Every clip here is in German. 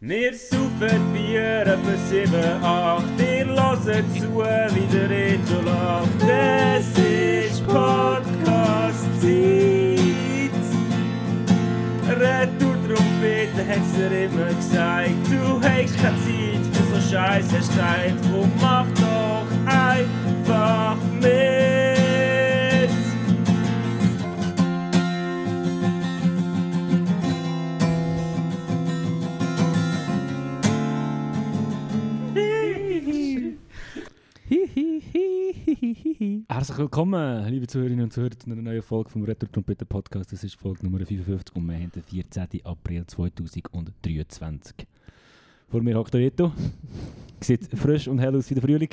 Wir saufen Bier etwa 7, 8. Ihr hört zu, wie der Reto lacht. Es ist Podcast-Zeit. Retour-Trompete hat's dir immer gesagt. Du hast keine Zeit für so Scheiß, hast gesagt. Und mach doch einfach mit. Herzlich willkommen, liebe Zuhörerinnen und Zuhörer, zu einer neuen Folge vom Retro Trompeter Podcast. Das ist Folge Nummer 55 und wir haben den 14. April 2023. Vor mir hockt der Reto. Sieht frisch und hell aus wie der Frühling.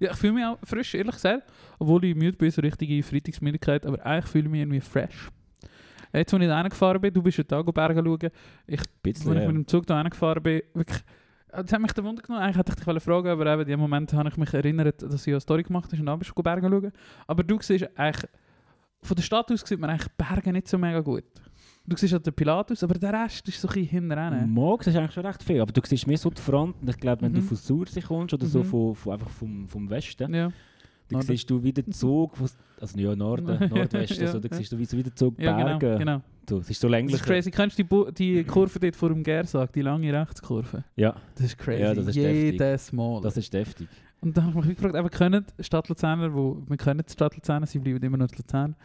Ja, ich fühle mich auch frisch, ehrlich gesagt. Obwohl ich müde bin, so richtige Freitagsmüdigkeit, aber eigentlich fühle ich mich irgendwie fresh. Jetzt, wo ich da reingefahren bin, du bist einen Tag auf Berge schauen, Ein wo bisschen. ich Ja. mit dem Zug da reingefahren bin, wirklich, das hat mich der Wunder genommen. Eigentlich hätte ich dich wollen fragen aber eben in dem Moment habe ich mich erinnert, dass ich eine Story gemacht habe und dann bist du Berge schauen. Aber du siehst eigentlich, von der Stadt aus sieht man eigentlich Berge nicht so mega gut. Du siehst halt den Pilatus, aber der Rest ist so ein bisschen hinterher. Morgens äh, ist eigentlich schon recht viel, aber du siehst mehr so die Front. Und ich glaube, wenn du Mhm. von Sursee kommst oder so Mhm. von, von, einfach vom, vom Westen, Ja. dann Norden. siehst du wieder den Zug, wo's- also ja, Norden, Nordwesten, Ja, so, dann ja. siehst du wie- so wieder den Zug ja, genau, Berge. genau. So, es ist so Das länglich. ist crazy. Kennst du die, Bu- die Kurve dort vor dem Gersag, die lange Rechtskurve? Mhm. Ja, Das ist crazy. Ja, das ist Jedes Mal. das ist deftig. und dann habe ich mich gefragt, eben können die Stadt Luzerner, wo, wir können die Stadt Luzerner, sie bleiben immer noch in Luzern,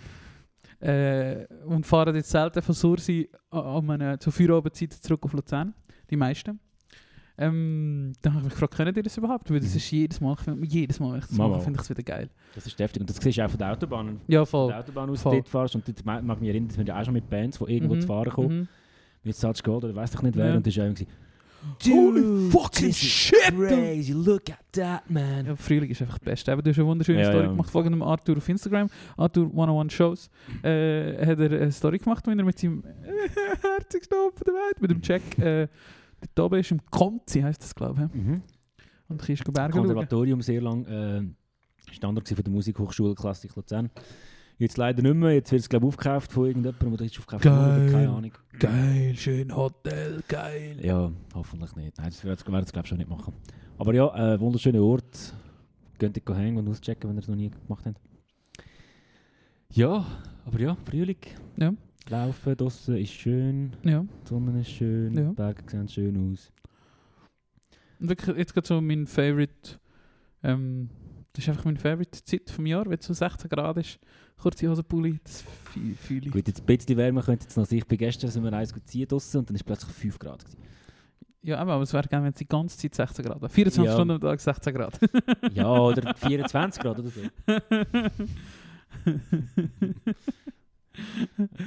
äh, und fahren jetzt selten von Sursi äh, um a- an meine, zur Feierabendszeit zurück auf Luzern, die meisten. Ähm, dann habe ich mich gefragt, können die das überhaupt? Weil das Mhm. ist jedes Mal, ich find- jedes Mal, wenn ich das Mama. mache, finde ich es wieder geil. Das ist deftig. Und das siehst du auch von der Autobahn. Ja, Von voll. der Autobahn aus Voll. dort fährst. Und jetzt mag ich mich erinnern, dass wir ja auch schon mit Bands, die irgendwo Mhm, zu fahren kommen, mhm. mit Satz Gold oder weiss ich nicht wer. Ja. Und das war irgendwie Holy fucking shit, dude. Crazy, look at that, man. Ja, Frühling ist einfach das Beste. Aber du hast eine wunderschöne Ja, Story ja. gemacht. Folgt dem Arthur auf Instagram. Arthur 101 Shows. Äh, hat er eine Story gemacht, wenn er mit seinem herzigsten Opfer der Welt, mit dem Jack, äh, dort oben ist, im Konzi heisst das, glaube ich. Mhm. Und ich ist Berge schauen. Konservatorium sehr lang äh, Standard gewesen von der Musikhochschule Klassik Luzern. Jetzt leider nicht mehr. Jetzt wird es, glaube ich, aufgekauft von irgendjemandem, der jetzt aufgekauft wurde. Geil. Keine Ahnung. Geil, schön Hotel, geil. Ja, hoffentlich nicht. Nein, das werden wir, glaube ich, schon nicht machen. Aber ja, äh, wunderschöner Ort. Könnt ihr hängen und auschecken, wenn ihr es noch nie gemacht habt. Ja, aber ja, Frühling. Ja. Laufen draussen ist schön, Ja. die Sonne ist schön, Ja. die Berge sehen schön aus. Und wirklich, jetzt gerade so mein Favorite. Ähm, das ist einfach meine Favorite Zeit vom Jahr, wenn es so 16 Grad ist. Kurze Hosenpulli, das fü- fühle ich. Gut, jetzt ein bisschen wärmer könnte jetzt noch sein. Ich bin gestern, sind wir eins ziehen draussen und dann ist plötzlich 5 Grad. Gewesen. Ja, aber aber es wäre gerne, wenn es die ganze Zeit 16 Grad wäre. 24 Ja. Stunden am Tag 16 Grad. Ja, oder 24 Grad oder so.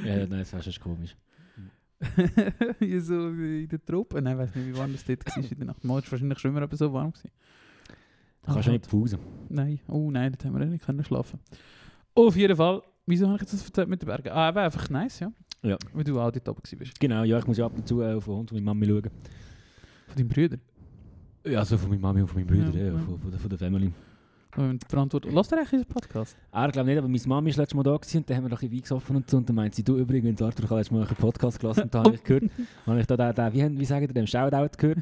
Ja, ja, nein, das wäre schon komisch. Wie so in der Truppe. Nein, ich weiß nicht, wie warm dus das dort war in der Nacht. Mal war es wahrscheinlich schon immer etwa so warm. Gewesen. Da kannst du nicht pausen. Nein, oh nein, dort haben wir nicht können schlafen. Auf jeden Fall, wieso habe ich jetzt das erzählt mit den Bergen? Ah, eben einfach nice, ja. Ja. Weil du auch dort oben warst. Genau, ja, ich muss ja ab und zu äh, auf den Hund von meiner Mami schauen. Von deinem Bruder. Ja, also von meiner Mami und von meinen Brüdern, ja, Ja, ja. Von, von, der, von der Family. Und verantwortlich. Lass dir eigentlich unseren Podcast. Ah, ich glaube nicht, aber meine Mami war letztes Mal da gewesen, und dann haben wir noch ein bisschen Wein gesoffen und so. Und dann meint sie, du übrigens, Arthur, ich habe letztes Mal einen Podcast gelassen und da habe ich gehört. Und ich da, da, da wie, haben- wie sagen die dem, Shoutout gehört.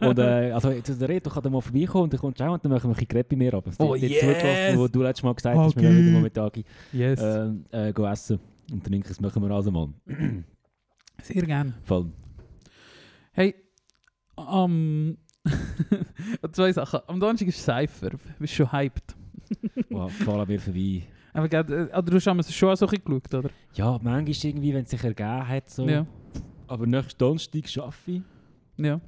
und äh, also, jetzt, der Reto kann dann mal vorbeikommen und dann kommst du auch und dann machen wir ein bisschen Crepe bei mir ab. Also, Oh, die- die yes! zugelassen, wo du letztes Mal gesagt Oh, hast, wir wollen wieder geil. mal mit Agi Yes. äh, äh, gehen essen und trinken. Das machen wir also mal. Sehr gerne. Voll. Hey, ähm. zwei Sachen. Am Donnerstag ist Cypher. Bist du schon hyped? Wow, fahren wir vorbei. Aber gerade, äh, oder du hast damals schon auch so ein bisschen geschaut, oder? Ja, manchmal ist irgendwie, wenn es sich ergeben hat. So. Ja. Aber nächsten Donnerstag arbeite ich Ja.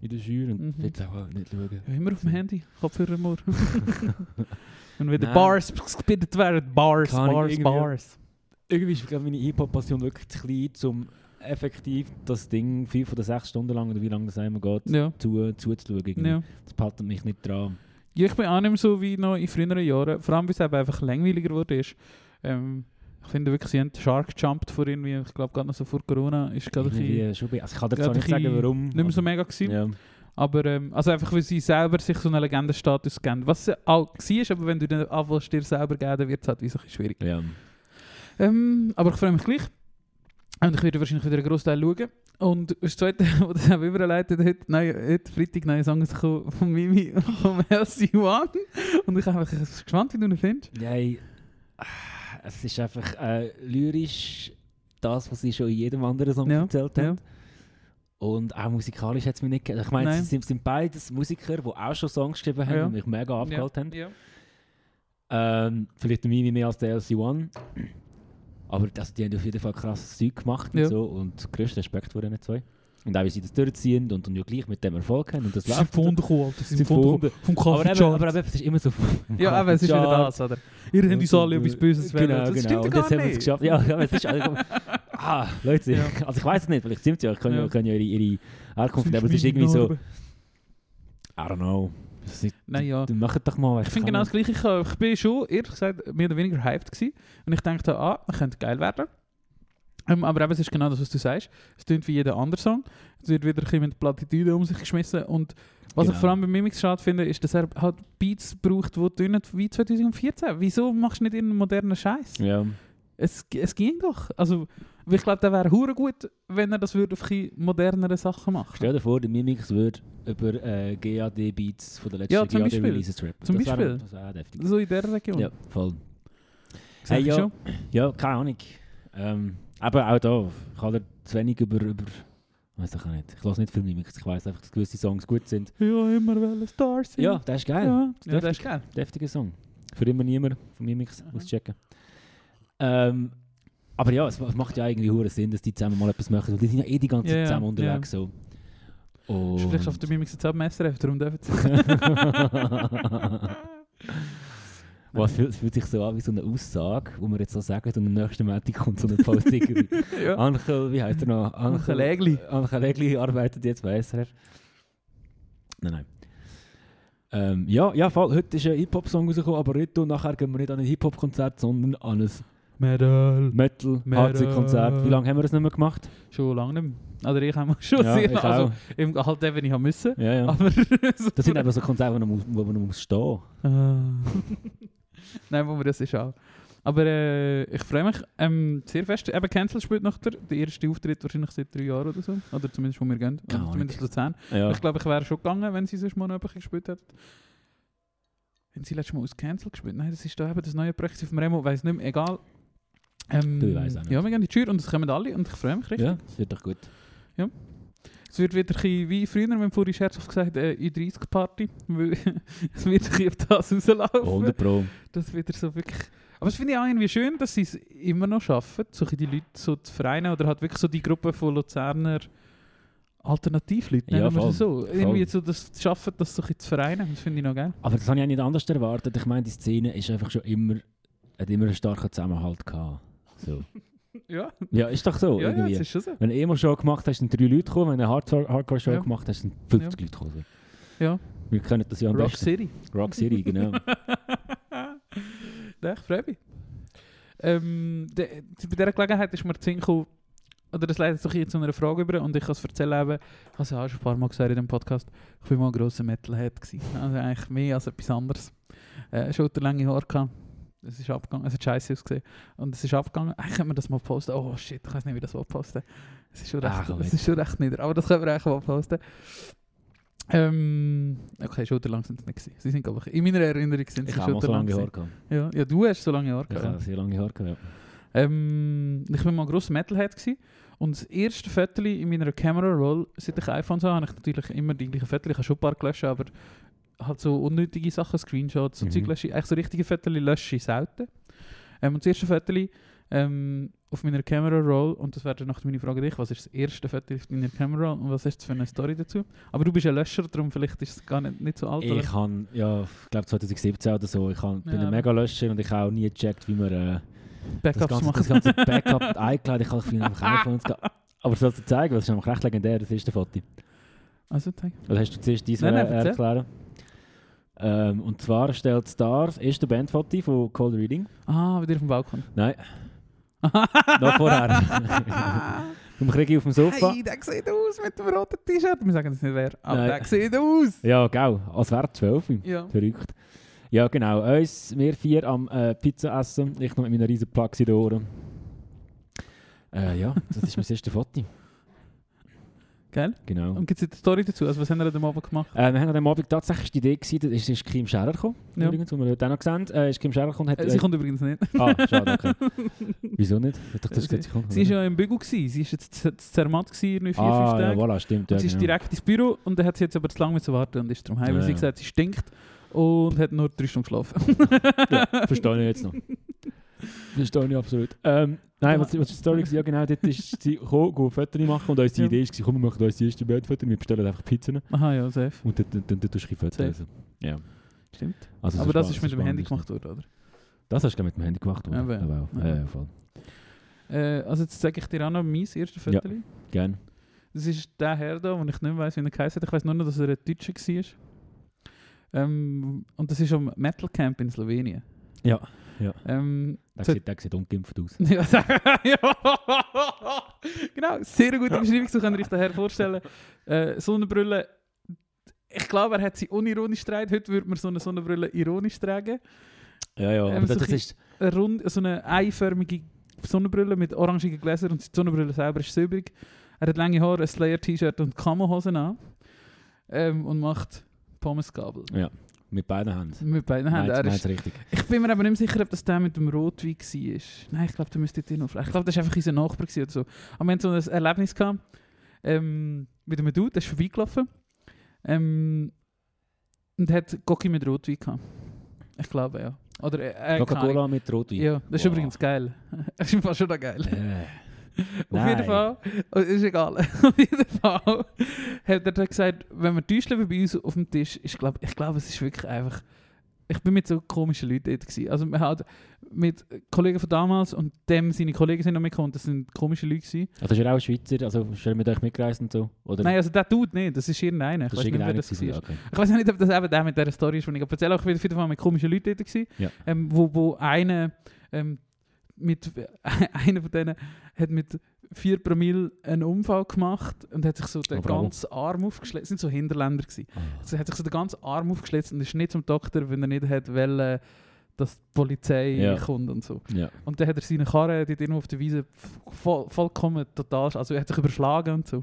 in der Jury und Mhm. jetzt auch nicht schauen. Ja, immer auf dem Handy, Kopfhörer im Ohr. Und wieder Nein. Bars gespittet werden, Bars, Kann ich Bars, irgendwie- Bars. irgendwie ist glaub, ich, meine Hip-Hop-Passion wirklich zu klein, um effektiv das Ding fünf oder sechs Stunden lang, oder wie lange das einmal geht, Ja, zu, zuzuschauen. irgendwie. ja. Das behaltet mich nicht dran. ja, ich bin auch nicht mehr so wie noch in früheren Jahren, vor allem weil es eben einfach langweiliger geworden ist. Ähm, ich finde wirklich, sie haben Shark jumped vor irgendwie, ich glaube gerade noch so vor Corona, ist gerade ein Irgendwie, bisschen äh, schon bei- also ich kann dir gerade zwar nicht ein sagen, bisschen warum. nicht mehr so mega gewesen. ja. Aber ähm, also einfach, weil sie selber sich so einen Legendenstatus geben. Was sie auch war, aber wenn du den anfängst, dir selber geben, wird es halt wie so ein bisschen schwierig. Ja. Ähm, aber ich freue mich gleich. Und ich werde wahrscheinlich wieder einen Großteil schauen. Und das Zweite, was das auch überleitet, heute, neue, heute Freitag neue Songs gekommen von Mimi und von Elsie One. Und ich bin einfach gespannt, wie du ihn findest. Nein, es ist einfach äh, lyrisch das, was sie schon in jedem anderen Song Ja, erzählt ja. haben. Und auch musikalisch hat es mich nicht ge- Ich meine, Nein. sie sind, sind beides Musiker, die auch schon Songs geschrieben haben Ja. und mich mega abgeholt haben. Ähm, vielleicht der Mimi mehr als der LC1. Aber das, die haben auf jeden Fall krasses Zeug gemacht und Ja. so. Und größten Respekt vor diesen zwei. Und auch wie sie das durchziehen und, und ja gleich mit dem Erfolg haben und das Das sind läuft. gefunden, gekommen, Alter. Sie Sie sind sind gefunden. Vom Aber, Kaffee eben, aber eben, es ist immer so. Ja, aber es ist wieder das, oder? Ihr habt uns alle etwas Böses genau, wollen. Das genau. stimmt und gar jetzt haben wir es nicht. geschafft. Ja, ja, es ist also, Ah, Leute, Ja. also ich weiß es nicht, vielleicht stimmt es ja, ich kann ja, Ja. kann ja ihre, ihre Herkunft, aber es ist irgendwie so, I don't know. Es ist- Nein, ja. Dann macht doch mal. Ich finde genau das Gleiche. Ich, äh, ich bin schon, ehrlich gesagt, mehr oder weniger hyped gewesen. Und ich dachte, ah, das könnte geil werden. Ähm, aber eben, es ist genau das, was du sagst. Es klingt wie jeder andere Song. Es wird wieder ein bisschen mit Plattitüden um sich geschmissen. Und was Genau. ich vor allem bei Mimics schade finde, ist, dass er halt Beats braucht, die tönen wie 2014. Wieso machst du nicht irgendeinen modernen Scheiß? Ja. Es, es ging doch. Also, ich glaube, der wäre hure gut, wenn er das würde auf ein bisschen modernere Sachen machen. Stell dir vor, der Mimics würde über äh, GAD-Beats von der letzten Ja, zum GAD Beispiel. Releases Trip. Zum das wär- Beispiel. Das wäre deftig. So in der Region. Ja, voll. Sag Hey, ich ja. schon. Ja, keine Ahnung. Ähm, aber auch da, ich habe da zu wenig über. über weiß ich auch nicht. Ich lasse nicht viel Mimics, ich weiß einfach, dass gewisse Songs gut sind. ja, immer wollen Stars sein. Ja, das ist geil. ja. ja Deftig. das ist geil. Deftiger Song. Für immer niemand von Mimics Aha. auschecken. Ähm, aber ja, es ma- es macht ja eigentlich hure Sinn, dass die zusammen mal etwas machen. weil Die sind ja eh die ganze Ja, Zeit ja, zusammen ja. unterwegs. So. Und Ist vielleicht auf der Mimix jetzt auch im SRF, darum dürfen sie. Was fühlt, es fühlt sich so an wie so eine Aussage, wo wir jetzt so sagen, und am nächsten Montag kommt so eine Posting. wie, ja. Ankel, wie heißt er noch? Ankel Egli. Ankel Egli arbeitet jetzt bei SRF. Nein, nein. Ähm, ja, ja, voll. Heute ist ein Hip-Hop-Song rausgekommen, aber heute und nachher gehen wir nicht an ein Hip-Hop-Konzert, sondern an ein Medal. Metal-HC-Konzert. Wie lange haben wir das nicht mehr gemacht? Schon lange nicht mehr. Oder ich habe schon sehr ich lange. Also, im Gehalt eben, ich habe müssen. Ja, ja. Aber. so- Das sind eben so Konzerte, wo man, muss- wo man muss stehen Ah. Nein, wo wir das ist auch. Aber äh, ich freue mich ähm, sehr fest. Eben Cancel spielt noch der, der erste Auftritt wahrscheinlich seit drei Jahren oder so. Oder zumindest, wo wir gehen. Keine Oder Ahnung. zumindest Luzern. Ja. Ich glaube, ich wäre schon gegangen, wenn sie sonst mal noch etwas gespielt hätten. Wenn sie letztes Mal aus Cancel gespielt Nein, das ist da eben das neue Projekt von Remo. Weiß nicht mehr, egal. Ähm, Du, ich weiss auch nicht. Ja, wir gehen in die Tür und es kommen alle und ich freue mich richtig. ja, das wird doch gut. Es wird wieder ein bisschen, wie früher, wenn vorhin Scherz gesagt äh, U30-Party. Weil es wird ein bisschen auf das rauslaufen. 100 Pro. Das wieder so wirklich. Aber das finde ich auch irgendwie schön, dass sie es immer noch schaffen, so ein bisschen die Leute so zu vereinen oder halt wirklich so die Gruppe von Luzerner Alternativleuten, Ja, nennen wir voll. sie so. Irgendwie Voll. so das zu schaffen, das so ein bisschen zu vereinen, das finde ich noch geil. Aber das habe ich auch nicht anders erwartet. Ich meine, die Szene ist einfach schon immer, hat immer einen starken Zusammenhalt gehabt. So. Ja, Ja, ist doch so. ja, ja, irgendwie. das ist schon so. wenn du eine Emo-Show gemacht hast, sind drei Leute gekommen. Wenn du eine Hardcore- Hardcore-Show Ja. gemacht hast, sind 50 Leute gekommen. Ja. Wir können das ja am Rock besten. City. Rock City, genau. Nein, ich freue mich. Ähm, de, de- bei dieser Gelegenheit ist mir der Sinn gekommen, oder das leitet sich jetzt zu einer Frage über, und ich kann es erzählen, eben, ich habe es ja auch schon ein paar Mal gesagt in dem Podcast, ich bin mal ein grosser Metalhead gewesen. Also eigentlich mehr als etwas anderes. Äh, schulterlange Haare gehabt. Es ist abgegangen, es hat scheiße ausgesehen. Und es ist abgegangen. Eigentlich könnte man das mal posten. Oh shit, ich weiß nicht, wie das mal posten. Es ist schon recht, Ach, komm es jetzt. ist schon recht nieder. Aber das können wir eigentlich mal posten. Ähm, okay, schulterlang sind es nicht gewesen. Sie sind, glaube ich, in meiner Erinnerung sind ich sie habe mal so schulterlang lange gewesen. Haare gehabt. Ja, ja, du hast so lange Haare Ich gehabt. habe Ja. sehr lange Haare gehabt. Ähm, ich war mal ein grosser Metalhead. Gewesen. Und das erste Foto in meiner Camera Roll, seit ich iPhones habe, habe ich natürlich immer die gleichen Fotos. Ich habe schon ein paar gelöscht, aber halt so unnötige Sachen, Screenshots und Mhm. Zeug lösche ich. Eigentlich so richtige Fotos lösche ich selten. Ähm, und das erste Foto ähm, auf meiner Camera Roll, und das wäre dann noch meine Frage an dich, was ist das erste Foto auf deiner Camera Roll und was ist das für eine Story dazu? Aber du bist ein Löscher, darum vielleicht ist es gar nicht, nicht so alt. oder? Ich habe, ja, ich glaube 2017 oder so, ich hab, bin Ja. ein Mega-Löscher und ich habe auch nie gecheckt, wie man äh, das, Backups ganze, machen. das ganze Backup eingeladen Ich habe viel einfach iPhones gehabt. Aber soll ich dir zeigen, das ist nämlich recht legendär, das erste Foto. Also, zeig. Oder hast du zuerst diese Nein, nein, äh, erzähl. erklären? Ähm, und zwar stellt Stars erste Bandfoto von Cold Reading. Ah, bei dir auf dem Balkon. Nein, noch vorher. Vom Krieg auf dem Sofa. Hey, der sieht aus mit dem roten T-Shirt. Wir sagen das nicht wer, aber Nein. der sieht aus. Ja, genau. Als wäre 12. Ja. Verrückt. Ja, genau. Uns, wir vier am äh, Pizza essen. Ich noch mit meiner riesen Plax in den Ohren. Äh, ja, das ist mein erstes Foto. Geil. Genau. Und gibt es eine Story dazu? Also, was haben wir am Abend gemacht? Äh, wir haben an dem Abend tatsächlich die Idee gewesen, da ist, ist Kim Scherer gekommen, Ja. übrigens, wo wir heute auch noch gesehen haben. Äh, ist Kim Scherer gekommen, hat... Äh, sie kommt übrigens nicht. ah, schade, okay. Wieso nicht? Hat doch das um. gesagt, sie kommt. Sie war ja im Bügel. gewesen. Sie war jetzt z- z- Zermatt gewesen, in vier, fünf Ah, ja, Tagen. voilà, stimmt. Ja, Und sie ist genau. direkt ins Büro und dann hat sie jetzt aber zu lange müssen warten und ist darum heim, weil Ja, sie ja. gesagt hat, sie stinkt und hat nur drei Stunden geschlafen. Ja, verstehe ich jetzt noch. Verstehe ich absolut. Ähm, nein, was, was die Story war, ja genau, dort ist sie gekommen, gehen Fotos machen und unsere Ja. Idee war, komm, wir machen uns die erste Bettfotos, wir bestellen einfach Pizzen Aha, ja, safe. und dann, dann, dann, dann tust du ein Fotos Safe. lesen. Ja. Stimmt. Also, aber das spa- ist mit dem spannend Handy nicht. gemacht worden, oder? Das hast du mit dem Handy gemacht, oder? Eben. Aber auch. Ja, Eben. ja, voll. Äh, also jetzt zeige ich dir auch noch mein erstes Ja. Foto. Gerne. Das ist der Herr da, und ich nicht weiss, wie er geheißen hat. Ich weiß nur noch, dass er ein Deutscher war. Ähm, und das ist am Metal Camp in Slowenien. Ja, ja. Ähm, Der So- sieht, der sieht ungeimpft aus. ja, ja. genau, sehr gute Beschreibung, so könnt ihr euch den Herr vorstellen. Äh, Sonnenbrille, ich glaube, er hat sie unironisch getragen. Heute würde man so eine Sonnenbrille ironisch tragen. Ja, ja. Ähm, Aber das, so das ein- ist... Eine, rund, so eine eiförmige Sonnenbrille mit orangigen Gläsern und die Sonnenbrille selber ist silbrig. Er hat lange Haare, ein Slayer-T-Shirt und Kamohosen an ähm, und macht Pommesgabel. Mit beiden Händen. Mit beiden Händen. Nein, Er nein, ist, ist richtig. ich bin mir aber nicht mehr sicher, ob das der mit dem Rotwein war. Nein, ich glaube, der müsste dort noch fragen. Ich glaube, das war einfach unser Nachbar gewesen oder so. Aber wir hatten so ein Erlebnis gehabt, ähm, mit einem Dude, der ist vorbeigelaufen ähm, und hat Gocki mit Rotwein gehabt. Ich glaube, ja. Oder äh, äh, keine Coca-Cola mit Rotwein. ja, das ist Wow. übrigens geil. Das ist im Fall schon noch geil. Äh. Auf jeden Nein. Fall, oh, ist egal. Auf jeden Fall hat er dann gesagt, wenn wir Deutschland bei uns auf dem Tisch, ich glaube, ich glaub, es ist wirklich einfach. Ich bin mit so komischen Leuten dort. Gewesen. Also, wir hatten mit Kollegen von damals und dem seine Kollegen sind noch mitgekommen, das sind komische Leute. Gewesen. Also ist er auch ein Schweizer? Also ist er mit euch mitgereist und so? Oder Nein, also der tut nicht, das ist irgendeiner. Ich das ist weiß nicht, wer irgendeiner das gewesen? war. Okay. Ich weiß nicht, ob das eben der mit dieser Story ist, die ich gerade erzähle. Ich war auf jeden Fall mit komischen Leuten dort, gewesen, Ja. ähm, wo, wo einer ähm, mit, einer von denen hat mit 4 Promille einen Unfall gemacht und hat sich so den Oh, bravo. ganzen Arm aufgeschlitzt. Es sind so Hinterländer gewesen. Ah. Also hat sich so den ganzen Arm aufgeschlitzt und ist nicht zum Doktor, wenn er nicht hat wollen, dass die Polizei Ja. kommt und so. Ja. Und dann hat er seine Karre dort irgendwo auf der Wiese voll, vollkommen total, also er hat sich überschlagen und so.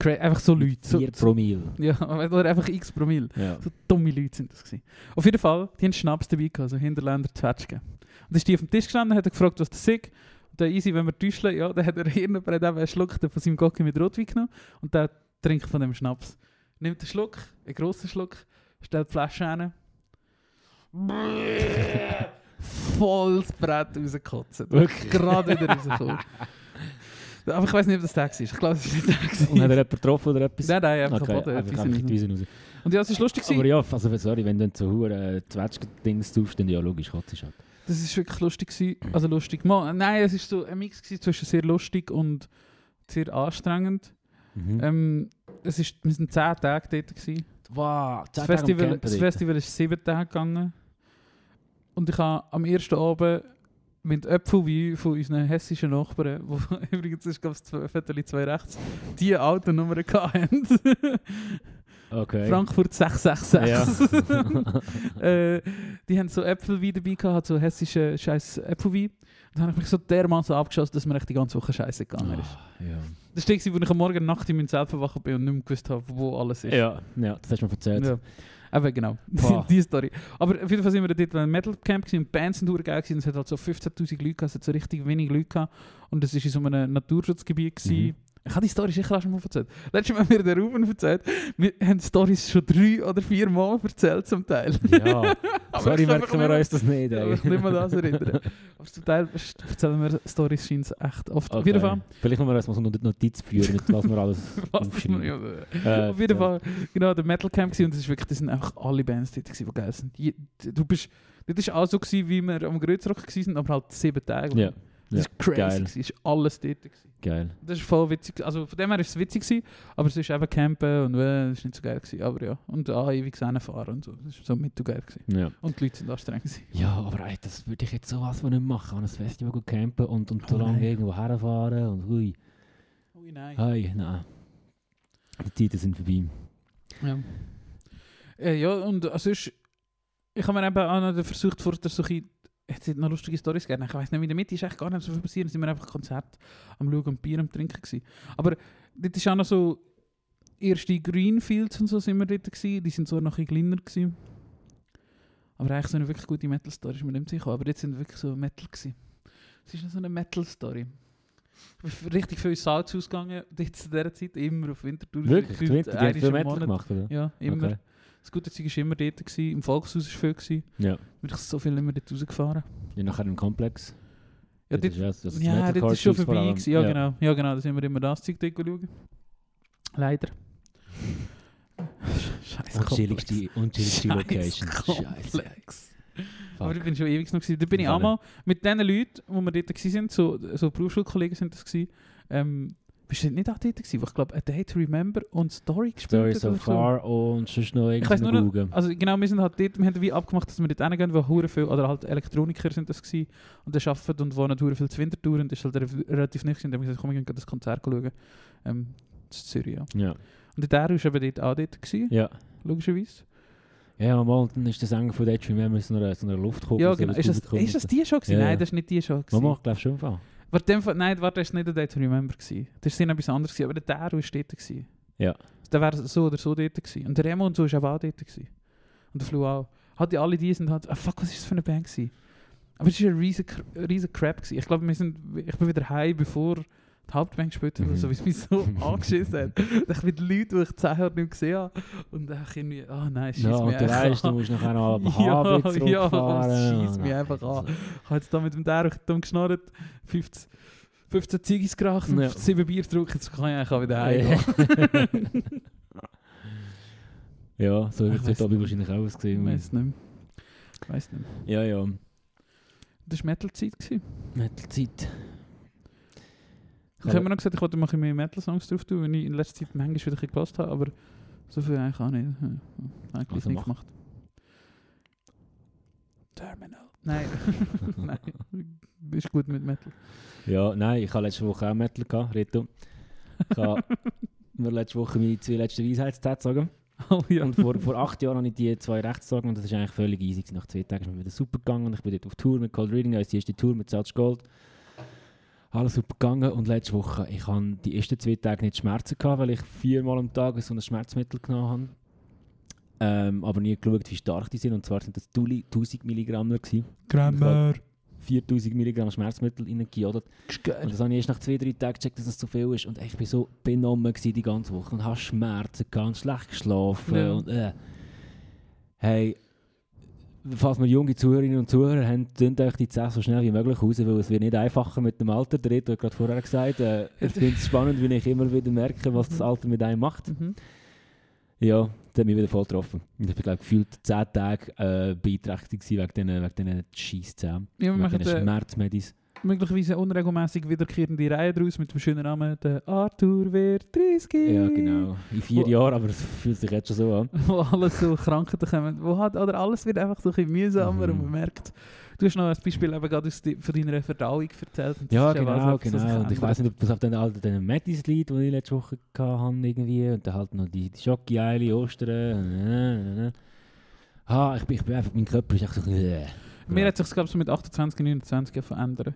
Cra einfach so Leute. So, 4 Promille. ja, oder einfach x Promille. Ja. So Also, dumme Leute sind das gewesen. Auf jeden Fall, die haben Schnaps dabei gehabt, so Hinterländer Zwetschgen. Und dann ist die auf dem Tisch gestanden, hat er gefragt, was das ist. Und der Easy, wenn wir täuschen, ja, dann hat er irgendjemand hat eben einen Schluck von seinem Gocki mit Rotwein genommen und der trinkt von dem Schnaps. Nimmt einen Schluck, einen grossen Schluck, stellt die Flasche hin. Voll das Brett rausgekotzt. Wirklich? Gerade wieder rausgekommen. Aber ich weiß nicht, ob das der war. Ich glaube, es war nicht der. Und hat er gewesen. jemanden getroffen oder etwas? Nein, nein, einfach Okay, kaputt. einfach, etwas einfach in die den- Wiesen raus. Und ja, es war lustig. gewesen. Aber ja, also sorry, wenn du so hure äh, Zwetschgen-Dings tust, dann ja logisch, Katz ist halt. Das ist wirklich lustig. Gewesen. Also lustig. Mal, nein, es ist so ein Mix gewesen zwischen sehr lustig und sehr anstrengend. Mhm. Ähm, es ist, wir waren 10 Tage dort. Gewesen. wow, Das, Festival, das Festival ist 7 Tage gegangen. Und ich habe am ersten Abend mit Äpfelwein von unseren hessischen Nachbarn, wo übrigens ist, glaube ich, das Viertel 2 rechts, die Autonummer hatten. Okay. Frankfurt 666. Ja. äh, die haben so Äpfelwein dabei gehabt, hat so hessische scheiß Äpfelwein. Und dann habe ich mich so dermaßen abgeschossen, dass mir echt die ganze Woche scheiße gegangen ist. Ah, ja. Das war, der, wo ich am Morgen Nacht in meinem Zelt verwachen bin und nicht mehr gewusst habe, wo alles ist. ja, ja, das hast du mir erzählt. Ja. Aber genau, Boah. die Story. Aber auf jeden Fall sind wir dort an einem Metal Camp gewesen, und die Bands sind durchgegangen gewesen, und es hat halt so 15'000 Leute gehabt, es hat so richtig wenig Leute gehabt und es war in so einem Naturschutzgebiet gewesen. Mhm. Ich habe die Story sicher auch schon mal erzählt. Letztes Mal hat mir der Ruben erzählt, wir haben die Stories schon drei oder vier Mal erzählt zum Teil. Ja. ich sorry, kann merken mich wir uns das nicht. Ja, ey. aber ich kann nicht mehr das erinnern. Aber zum Teil st- erzählen wir Stories scheint echt oft. Okay. Auf jeden Fall. Vielleicht müssen wir uns mal so eine Notiz führen, mit was wir alles Was das aufschreiben. nur- Äh, Auf jeden Fall, genau, der Metal Camp gewesen, und das ist wirklich, das sind einfach alle Bands dort gewesen, die geil sind. Je, du bist, das war auch so gewesen, wie wir am Grötzrock waren, aber halt sieben Tage. lang. Ja, Das ist crazy, Geil. gewesen, das ist alles dort. Gewesen. geil. Das ist voll witzig, also von dem her ist es witzig gewesen, aber es ist eben campen und äh, das ist nicht so geil gewesen, aber ja. Und ah, ewig fahren und so, das ist so mit so geil gewesen. Ja. Und die Leute sind anstrengend gewesen. Ja, aber ey, das würde ich jetzt sowas von nicht machen. An ein Festival gehen campen und, und so Oh lange nein. irgendwo herfahren und hui. Ui, nein. Hey, nein. Die Zeiten sind vorbei. Ja. also, Äh, ja, und äh, sonst, ich habe mir eben auch noch versucht, vor der Suche es hat noch lustige Storys gegeben. Ich weiß nicht, in der Mitte ist echt gar nicht so viel passiert. Da sind wir einfach Konzert am Schauen und Bier am Trinken. Gewesen. Aber dort ist auch noch so, erste Greenfields und so sind wir dort gewesen. Die sind zwar noch ein bisschen kleiner gewesen. Aber eigentlich so eine wirklich gute Metal-Story ist mir nicht sicher. Aber dort sind wir wirklich so Metal gewesen. Es ist noch so eine Metal-Story. Ich bin richtig viel ins Salzhaus gegangen, dort zu dieser Zeit, immer auf Winterthur. Wirklich? Die Gefühlt Winter, die haben einmal viel im Metal Monat. gemacht, oder? Ja, immer. Okay. Das gute Zeug war immer dort, gewesen. im Volkshaus war viel. Gewesen. Ja. Bin ich so viel immer dort rausgefahren. Ja, nachher im Komplex. Ja, Das dort, ist ja, das ist ja, Metal dort ist schon Cartoons vor vorbei. allem. Gewesen. Ja, Genau. ja, genau, da sind wir immer das Zeug dort schauen. Leider. Scheiße. Unchilligste, unchilligste Location. Scheiße. Komplex. Fuck. Aber ich bin schon ewig noch gewesen. Da bin ich Im auch Fall. mal mit den Leuten, die wir dort waren, so, so Berufsschulkollegen sind das gewesen, ähm, bist du nicht auch dort gewesen, wo ich glaube, A Day to Remember und Story gespielt Story hat so oder far und sonst noch Ich weiß irgendeine nur, noch- Google. also genau, wir sind halt dort, wir haben wie abgemacht, dass wir dort hingehen, wo hure viel, oder halt Elektroniker sind das gewesen, und die arbeiten und wohnen hure viel zu Winterthur und das ist halt re- relativ nichts und dann haben wir gesagt, komm, wir gehen das Konzert schauen. Ähm, zu Zürich, ja. Ja. Und der war eben dort auch dort gewesen, Ja. logischerweise. Ja, mal, und dann ist der Sänger von Dead Remember so einer, so einer Luftkugel. Ja, so genau. Oh, ein Ist das, Publikum. ist das die schon gewesen? Ja, ja. Nein, das ist nicht die schon gewesen. Mama, ich glaube schon. im Fall. Aber dem, Fall- nein, warte, das war nicht der Day to Remember. Gewesen. Das war etwas anderes, gewesen, aber der Daru war dort. Gewesen. Ja. Der wäre so oder so dort gewesen. Und der Remo und so war auch dort. Gewesen. Und der Flu auch. Hat die alle die sind halt, ah fuck, was war das für eine Band? Gewesen? Aber es war ein riesen, riesen Crap. Gewesen. Ich glaube, wir sind, ich bin wieder heim, bevor die Hauptband gespielt hat, Mhm. oder so, weil es mich so angeschissen hat. Ich mit Leuten, die ich zehn Jahre nicht mehr gesehen habe. Und dann irgendwie, ah nein, schieß Ja, mich und du einfach weißt, du an. musst nachher noch Ja, ab Harvey ja, zurückfahren. es scheisst Nein, mich einfach an. also- Ich habe jetzt da mit dem Dero dumm geschnarrt, 15, 15 Ziggis geraucht, Ja. 7 Bier getrunken, jetzt kann ich eigentlich auch wieder heim. Ja, so Ich wird weiss es heute nicht. wahrscheinlich auch Ich ausgesehen. weiß nicht mehr. Ich weiss nicht mehr. Ja, ja. Das war Metal-Zeit. gewesen. Metal-Zeit. Ich habe mir noch gesagt, ich wollte mal ein bisschen mehr Metal-Songs drauf tun, weil ich in letzter Zeit manchmal wieder ein bisschen gehört habe, aber so viel eigentlich auch nicht. Hm, Eigentlich Also nicht mach. gemacht. Terminal. Nein. Nein. Ist gut mit Metal. Ja, nein, ich hatte letzte Woche auch Metal, gehabt, Rito. Ich habe mir letzte Woche meine zwei letzten Weisheitstage sagen. Oh ja. Und vor, vor acht Jahren hatte ich die zwei Rechtssagen und das ist eigentlich völlig easy. gewesen. Nach zwei Tagen ist mir wieder super gegangen und ich bin dort auf Tour mit Cold Reading, also die erste Tour mit Satch Gold. Alles super gegangen und letzte Woche, ich habe die ersten zwei Tage nicht Schmerzen gehabt, weil ich viermal am Tag so ein Schmerzmittel genommen habe. Ähm, aber nie geschaut, wie stark die sind und zwar sind das 1000 Milligramm. gewesen. Grammar. 4000 Milligramm Schmerzmittel reingejodert. Ist geil. Und das habe ich erst nach zwei, drei Tagen gecheckt, dass das zu viel ist. Und ich war so benommen gewesen die ganze Woche und habe Schmerzen gehabt und schlecht geschlafen. Ja. Und, äh. Hey, falls wir junge Zuhörerinnen und Zuhörer haben, tönt euch die Zeit so schnell wie möglich raus, weil es wird nicht einfacher mit dem Alter. Der Reto hat gerade vorher gesagt, äh, ich finde es spannend, wenn ich immer wieder merke, was das Alter mit einem macht. Mhm. Ja, das hat mich wieder voll getroffen. Und ich bin glaube gefühlt 10 Tage äh, beeinträchtigt gewesen wegen diesen wegen diesen Scheisszähnen. Ja, wir Wegen machen diesen äh, Schmerzmedis. möglicherweise unregelmäßig wiederkehrende Reihe daraus mit dem schönen Namen der Arthur wird 30. Ja, genau. In vier Wo- Jahren, aber es fühlt sich jetzt schon so an. Wo alles so Krankheiten kommen. Wo hat, oder alles wird einfach so ein bisschen mühsamer Mhm. und man merkt, du hast noch ein Beispiel eben gerade aus die, von deiner Verdauung erzählt. und das Ja, ist eben genau, auch so etwas, was sich genau. Und ich ändert. weiß nicht, ob das auf den alten den Mattis liegt, die ich letzte Woche hatte, irgendwie. Und dann halt noch die, die Schocki-Eile, Ostern. äh, äh, äh. Ah, ich bin, ich bin einfach, mein Körper ist echt so. Äh. Mir hat sich glaube ich so mit 28, 29 verändert.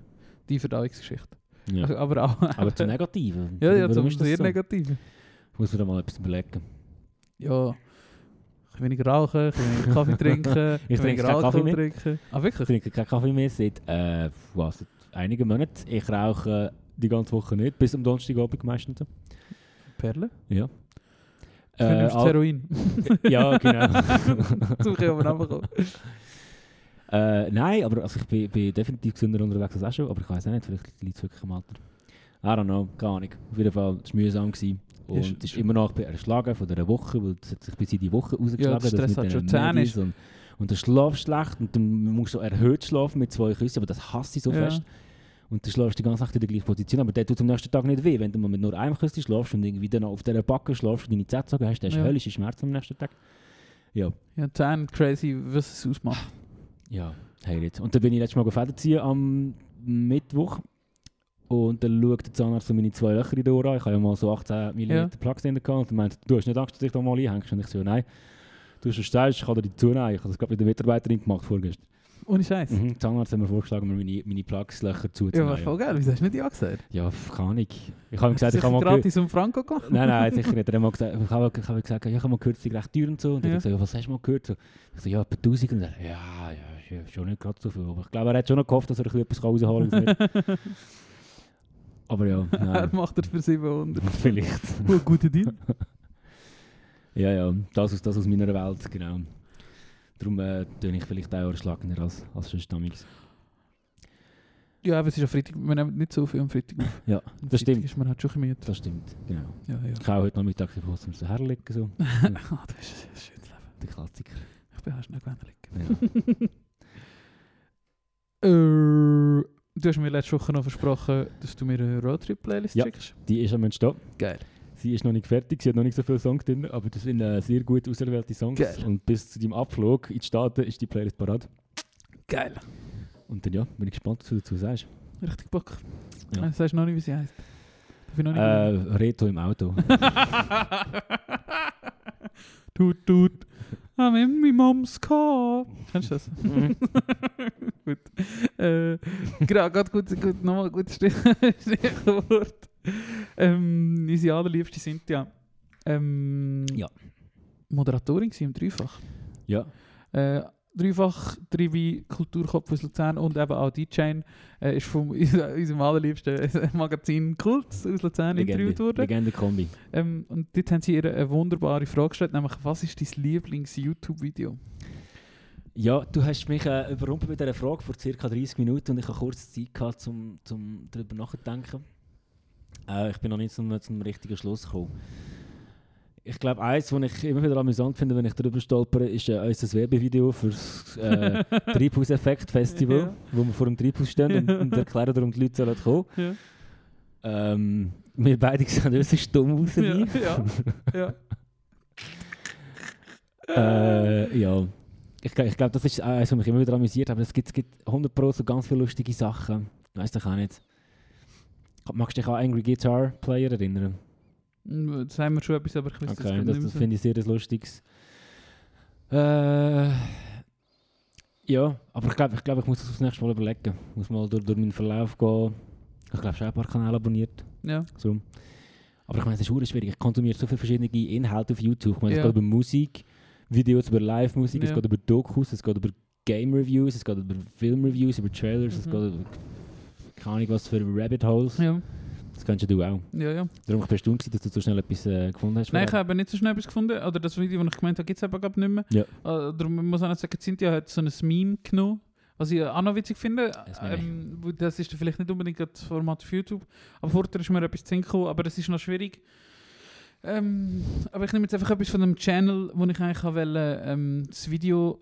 Die Verdauungsgeschichte. Ja. Also, aber auch... Aber zum Negativen. ja, ja, Warum zum ist das sehr so? Negativen. Muss man da mal etwas überlegen. Ja. Ein bisschen weniger rauchen, ein bisschen weniger Kaffee trinken, ein bisschen trinke weniger keinen Alkohol Kaffee trinken. Ah, Ich wirklich? trinke keinen Kaffee mehr seit, äh, was, seit einigen Monaten. Ich rauche die ganze Woche nicht, bis am Donnerstagabend meistens. Perle? Ja. Du nimmst Äh, Al- Heroin. ja, genau. Zum Kommen runterkommen. Äh, nein, aber also ich bin, bin definitiv gesünder unterwegs als auch schon, aber ich weiß auch nicht, vielleicht liegt es wirklich am Alter. I don't know, keine Ahnung. Auf jeden Fall, es war mühsam. Gewesen. Und Ist- es ist immer noch erschlagen von dieser Woche, weil es hat sich bis in die Woche Ja, rausgeschlagen. der Stress das mit hat diesen schon zehn Medis Und, und der Schlaf schlecht und dann musst du erhöht schlafen mit zwei Küssen, aber das hasse ich so Ja. fest. Und dann schlafst du die ganze Nacht in der gleichen Position, aber der tut am nächsten Tag nicht weh. Wenn du mal mit nur einem Küsschen schlafst und irgendwie dann auf dieser Backe schlafst und deine Zähne gezogen hast, dann hast du Ja. höllische Schmerzen am nächsten Tag. Ja. Ja, dann crazy, was es ausmacht. Ja, hey jetzt. Und dann bin ich letztes Mal Fäden ziehen am Mittwoch. Und dann schaut der Zahnarzt so meine zwei Löcher in den Ohren an. Ich habe ja mal so 18 mm Ja. Plugs drin gehabt. Und er meinte, du hast nicht Angst, dass ich da mal einhängst? Und ich so, nein. Du hast gesagt, ich kann dir die zunehmen. Ich habe das gerade mit der Mitarbeiterin gemacht vorgestern. Ohne Scheiß. Mhm, Zahnarzt hat mir vorgeschlagen, mir meine, meine Plugslöcher Ja, war voll zuzunehmen. geil. Wieso hast du nicht ja gesagt? Ja, pf, keine Ahnung. Ich Hast du habe ihm gesagt, ich sicher habe mal gehört... gratis um Franco gemacht. Nein, nein, sicher nicht. Er hat mal gesagt, ich habe ich habe gesagt, ja, ich habe mal gehört, es sei recht teuer und so. Und er Ja. hat gesagt, ja, was hast du mal gehört? So, ich so, ja, etwa 1000. Und er, ja, ja, ist ja, schon nicht gerade so viel. Aber ich glaube, er hat schon noch gehofft, dass er ein bisschen etwas rausholen kann. Aber ja, er nein, macht er für 700. vielleicht. Oh, guter Deal. Ja, ja, das aus, das aus meiner Welt, genau. Darum äh, tue ich vielleicht auch erschlagender als, als sonst damals. Ja, aber es ist ja Freitag. Wir nehmen nicht so viel am Freitag auf. Ja, Am Freitag das stimmt. ist man halt schon gemütlich. Das stimmt, genau. Ja, ja. Ich kann auch heute Nachmittag ein bisschen so herlegen, so. Ah, das ist ein schönes Leben. Der Klassiker. Ich bin auch schnell gewöhnlich. Ja. Äh, du hast mir letzte Woche noch versprochen, dass du mir eine Roadtrip-Playlist Ja. schickst. Die ist am Entstehen. Geil. Sie ist noch nicht fertig, sie hat noch nicht so viele Songs drin, aber das sind äh, sehr gut auserwählte Songs. Geil. Und bis zu deinem Abflug in die Staaten ist die Playlist parat. Geil. Und dann ja, bin ich gespannt, was du dazu sagst. Richtig Bock. Ja. Ja. Das heißt noch nicht, wie sie heißt. Darf ich noch Äh, nicht Reto im Auto. tut, tut. I'm in my mom's car. Kennst du das? Mhm. gut. Äh, genau, gerade gut, gut, nochmal gutes Stich- Stichwort. Ähm, unsere allerliebste Cynthia. Ähm, Ja. Moderatorin war im Dreifach. ja, Äh, dreifach Trivi, Kulturkopf aus Luzern und eben auch DJ äh, ist von unserem allerliebsten Magazin Kult aus Luzern interviewt Legende. worden. Legende-Kombi. Ähm, und dort haben sie ihr eine wunderbare Frage gestellt, nämlich was ist dein Lieblings-YouTube-Video? Ja, du hast mich äh, überrumpelt mit dieser Frage vor ca. 30 Minuten und ich habe kurz Zeit gehabt, um zum darüber nachzudenken. Äh, ich bin noch nicht zu einem, zu einem richtigen Schluss gekommen. Ich glaube, eins, was ich immer wieder amüsant finde, wenn ich darüber stolpere, ist äh, unser Werbevideo für das äh, Treibhauseffekt-Festival, Ja. wo wir vor dem Treibhaus stehen und, und erklären, warum die Leute sollen kommen Ja. ähm, Wir beide sehen uns stumm aus. Ja, ja, ja. Äh, ja. Ich, gl- ich glaube, das ist eines, was mich immer wieder amüsiert, aber es gibt, es gibt 100 Pro so ganz viele lustige Sachen. Weißt du, ich auch nicht. Magst du dich an Angry Guitar Player erinnern? Mm, Jetzt haben wir schon etwas, aber ich weiß Okay, das das, nicht das mehr finde ich sehr ein lustiges. Äh, ja, aber ich glaube, ich, glaub, ich muss das aufs nächste Mal überlegen. Ich muss mal durch, durch meinen Verlauf gehen. Ich glaube, ich habe ein paar Kanäle abonniert. so. Ja. So. Aber ich meine, es ist verdammt schwierig. Ich konsumiere so viele verschiedene Inhalte auf YouTube. Ich meine, es Ja. geht über Musik, Videos über Live-Musik, es Ja. geht über Dokus, es geht über Game-Reviews, es geht über Film-Reviews, über Trailers, es Mhm. geht über keine Ahnung was für Rabbit Holes. Ja. Das kennst du auch. ja, ja. Darum ich bin ich erstaunt, gewesen, dass du so schnell etwas äh, gefunden hast. Nein, ich habe nicht so schnell etwas gefunden. Oder das Video, das ich gemeint habe, gibt es eben gerade nicht mehr. Ja. Äh, darum muss ich auch noch sagen, Cynthia hat so ein Meme genommen. Was ich auch noch witzig finde, Das Meme. ähm, wo- das ist vielleicht nicht unbedingt das Format auf YouTube, aber vorher ist mir etwas zu Sinn gekommen, aber es ist noch schwierig. Ähm, aber ich nehme jetzt einfach etwas von dem Channel, wo ich eigentlich wollte, ähm, das Video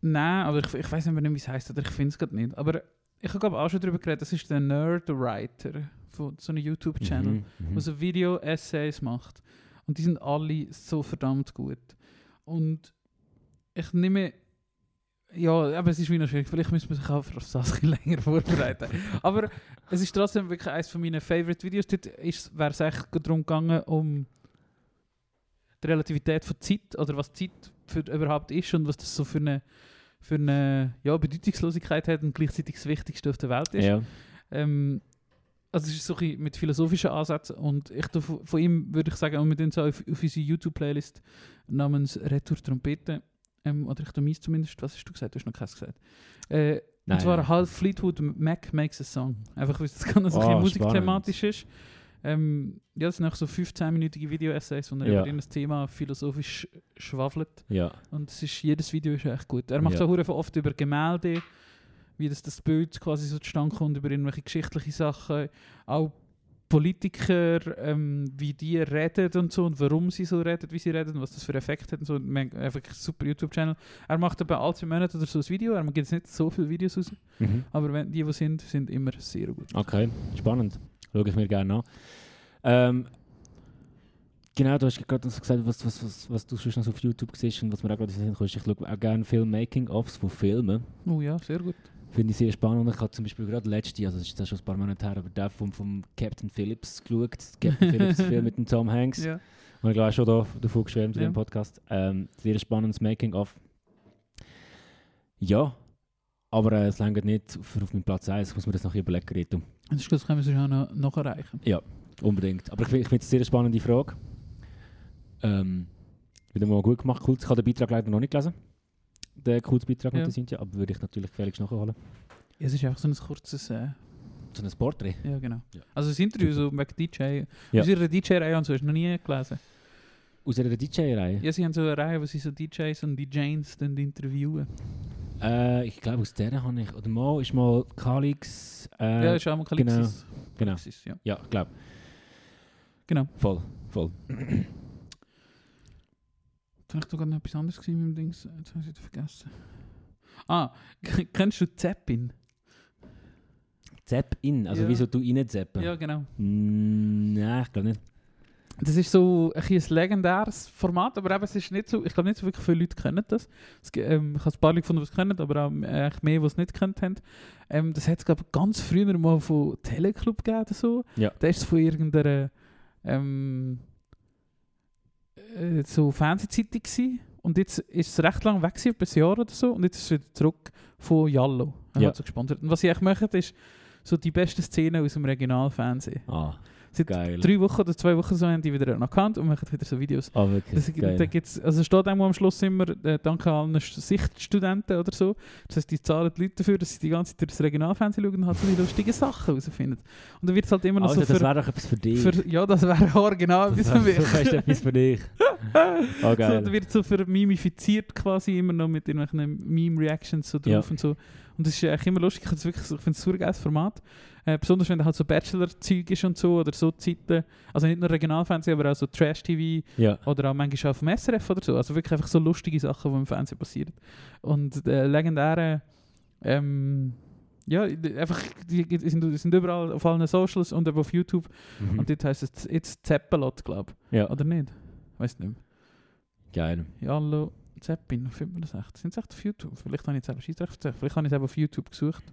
nehmen aber ich, ich weiß nicht mehr, wie es heißt oder ich finde es gerade nicht. Aber ich habe glaube ich, auch schon darüber geredet, das ist der Nerdwriter von so einem YouTube-Channel Mhm, mhm. der so Video-Essays macht. Und die sind alle so verdammt gut. Und ich nehme. Ja, aber es ist wieder schwierig. Vielleicht müssen wir sich auch auf das ein bisschen länger vorbereiten. aber es ist trotzdem wirklich eines meiner Favorite Videos. Dort ist- wäre es echt darum gegangen, um die Relativität von Zeit oder was Zeit für, überhaupt ist und was das so für eine, für eine ja, Bedeutungslosigkeit hat und gleichzeitig das Wichtigste auf der Welt ist. ja. Ähm, also es ist so ein bisschen mit philosophischen Ansätzen und ich tu von von ihm würde ich sagen, und wir tun es auch auf, auf unsere YouTube-Playlist namens Retour Trompete, ähm, oder ich tu meins zumindest, was hast du gesagt? Du hast noch keins gesagt. Äh, Nein, und zwar nein. Hal Fleetwood Mac makes a song. Einfach weil es ganz Ah, oh, musikthematisch ist. Ähm, ja, das sind auch so 15-minütige Video-Essays, wo er Ja. über das Thema philosophisch schwafelt. ja. Und es ist, jedes Video ist echt gut. Er macht Ja. auch hure oft über Gemälde, wie das, das Bild quasi so zustande kommt, über irgendwelche geschichtliche Sachen. Auch Politiker, ähm, wie die reden und so und warum sie so reden, wie sie reden und was das für Effekt hat und so. Und man- Einfach ein super YouTube-Channel. Er macht aber alle zwei Monate oder so ein Video. Er gibt nicht so viele Videos raus, Mhm. aber wenn, die, die sind, sind immer sehr gut. Okay, spannend. Schaue ich mir gerne an. Ähm, genau, du hast gerade so gesagt, was, was, was, was du schon auf YouTube siehst und was mir auch gerade in den Sinn kommt. Ich schaue auch gerne viele Making-ofs von Filmen. Oh ja, sehr gut. Finde ich sehr spannend. Und ich habe zum Beispiel gerade letzte, also das ist das schon ein paar Monate her, aber der vom, vom Captain Phillips geschaut. Captain Phillips Film mit dem Tom Hanks. Ja. Und ich glaube, ich habe schon da, davon geschwärmt in Ja. dem Podcast. Ähm, sehr spannendes Making-of. Ja, Aber äh, es reicht nicht für auf meinem Platz 1. Ich muss mir das noch ein bisschen überlegen, Reto. Das ist gut, das können wir sonst auch noch, noch erreichen. Unbedingt. Aber ich, find- ich finde es eine sehr spannende Frage. Ähm, wieder mal gut gemacht. Cool. Ich habe den Beitrag leider noch nicht gelesen. Den Kurzbeitrag mit Ja. der Cynthia. Aber würde ich natürlich gefälligst nachholen. Ja, es ist einfach so ein kurzes... Äh, So ein Porträt. ja, genau. Ja. Also das Interview so wegen DJ. Ja. Aus ihrer DJ-Reihe und so, hast du noch nie gelesen? Aus einer DJ-Reihe? Ja, sie haben so eine Reihe, wo sie so DJs und DJs dann interviewen. Äh, ich glaube, aus der habe ich. Oder mal ist mal Kalix. Äh, ja, ist auch mal Kalypsis. genau. Kalypsis, ja. Ja, ich glaube. Genau. Voll. Voll. Toen ich doch noch etwas anderes gesehen mit dem Dings. Jetzt habe ich es wieder vergessen. Ah, kennst du Zeppin? Zapp in. Also, Ja. wieso du reinzappen? Ja, genau. Mm, Nein, ich glaube nicht. Das ist so ein, bisschen ein legendäres Format, aber eben, es ist nicht so, ich glaube nicht so wirklich viele Leute kennen das. Es, gi- ähm, ich habe ein paar Leute gefunden, die es kennen, aber auch äh, echt mehr, die es nicht gekannt haben. Ähm, das hat es, glaube ich, ganz früher mal von Teleclub gegeben oder so. Ja. Da ist es von irgendeiner ähm, äh, so Fernsehzeitung gewesen. Und jetzt ist es recht lang weg gewesen, etwa ein Jahr oder so. Und jetzt ist es wieder zurück von Yallo. Er hat Ja. halt so gesponsert. Und was sie eigentlich machen, ist so die besten Szenen aus dem Regionalfernsehen. Ah, Seit geil. drei Wochen oder zwei Wochen so haben die wieder einen Account und machen wieder so Videos. Ah, wirklich. Das, da geil. gibt's, also steht auch am Schluss immer, äh, danke allen Sch- Sichtstudenten oder so. Das heisst, die zahlen die Leute dafür, dass sie die ganze Zeit durchs Regionalfernsehen schauen und halt so die lustigen Sachen herausfinden. Und dann wird es halt immer noch Also, so das für, wäre doch etwas für dich. für... Ja, das wäre original das bis für mich. ist etwas für dich. Ah, So, geil. da wird so für mimifiziert quasi immer noch mit irgendwelchen Meme-Reactions so drauf Ja. und so. Und das ist eigentlich immer lustig. Ich, hab's wirklich so- ich finde es ein geiles Format. Äh, besonders wenn da halt so Bachelor-Zeug ist und so oder so Zeiten. Also nicht nur Regionalfernsehen, aber auch so Trash-TV ja. oder auch manchmal auch vom SRF oder so. Also wirklich einfach so lustige Sachen, die im Fernsehen passieren. Und äh, legendäre ähm, ja, die- einfach, die die sind, die sind überall auf allen Socials und eben auf YouTube. Mhm. Und dort heisst es jetzt Zeppelot, glaube ja. ich. Oder nicht? Weiß nicht. mehr. Geil. Jallo Zeppin, wie findet man das echt? Sind es echt auf YouTube? Vielleicht habe ich es eben Scheissrecht gezeichnet. Vielleicht habe ich es eben auf YouTube Oh, gesucht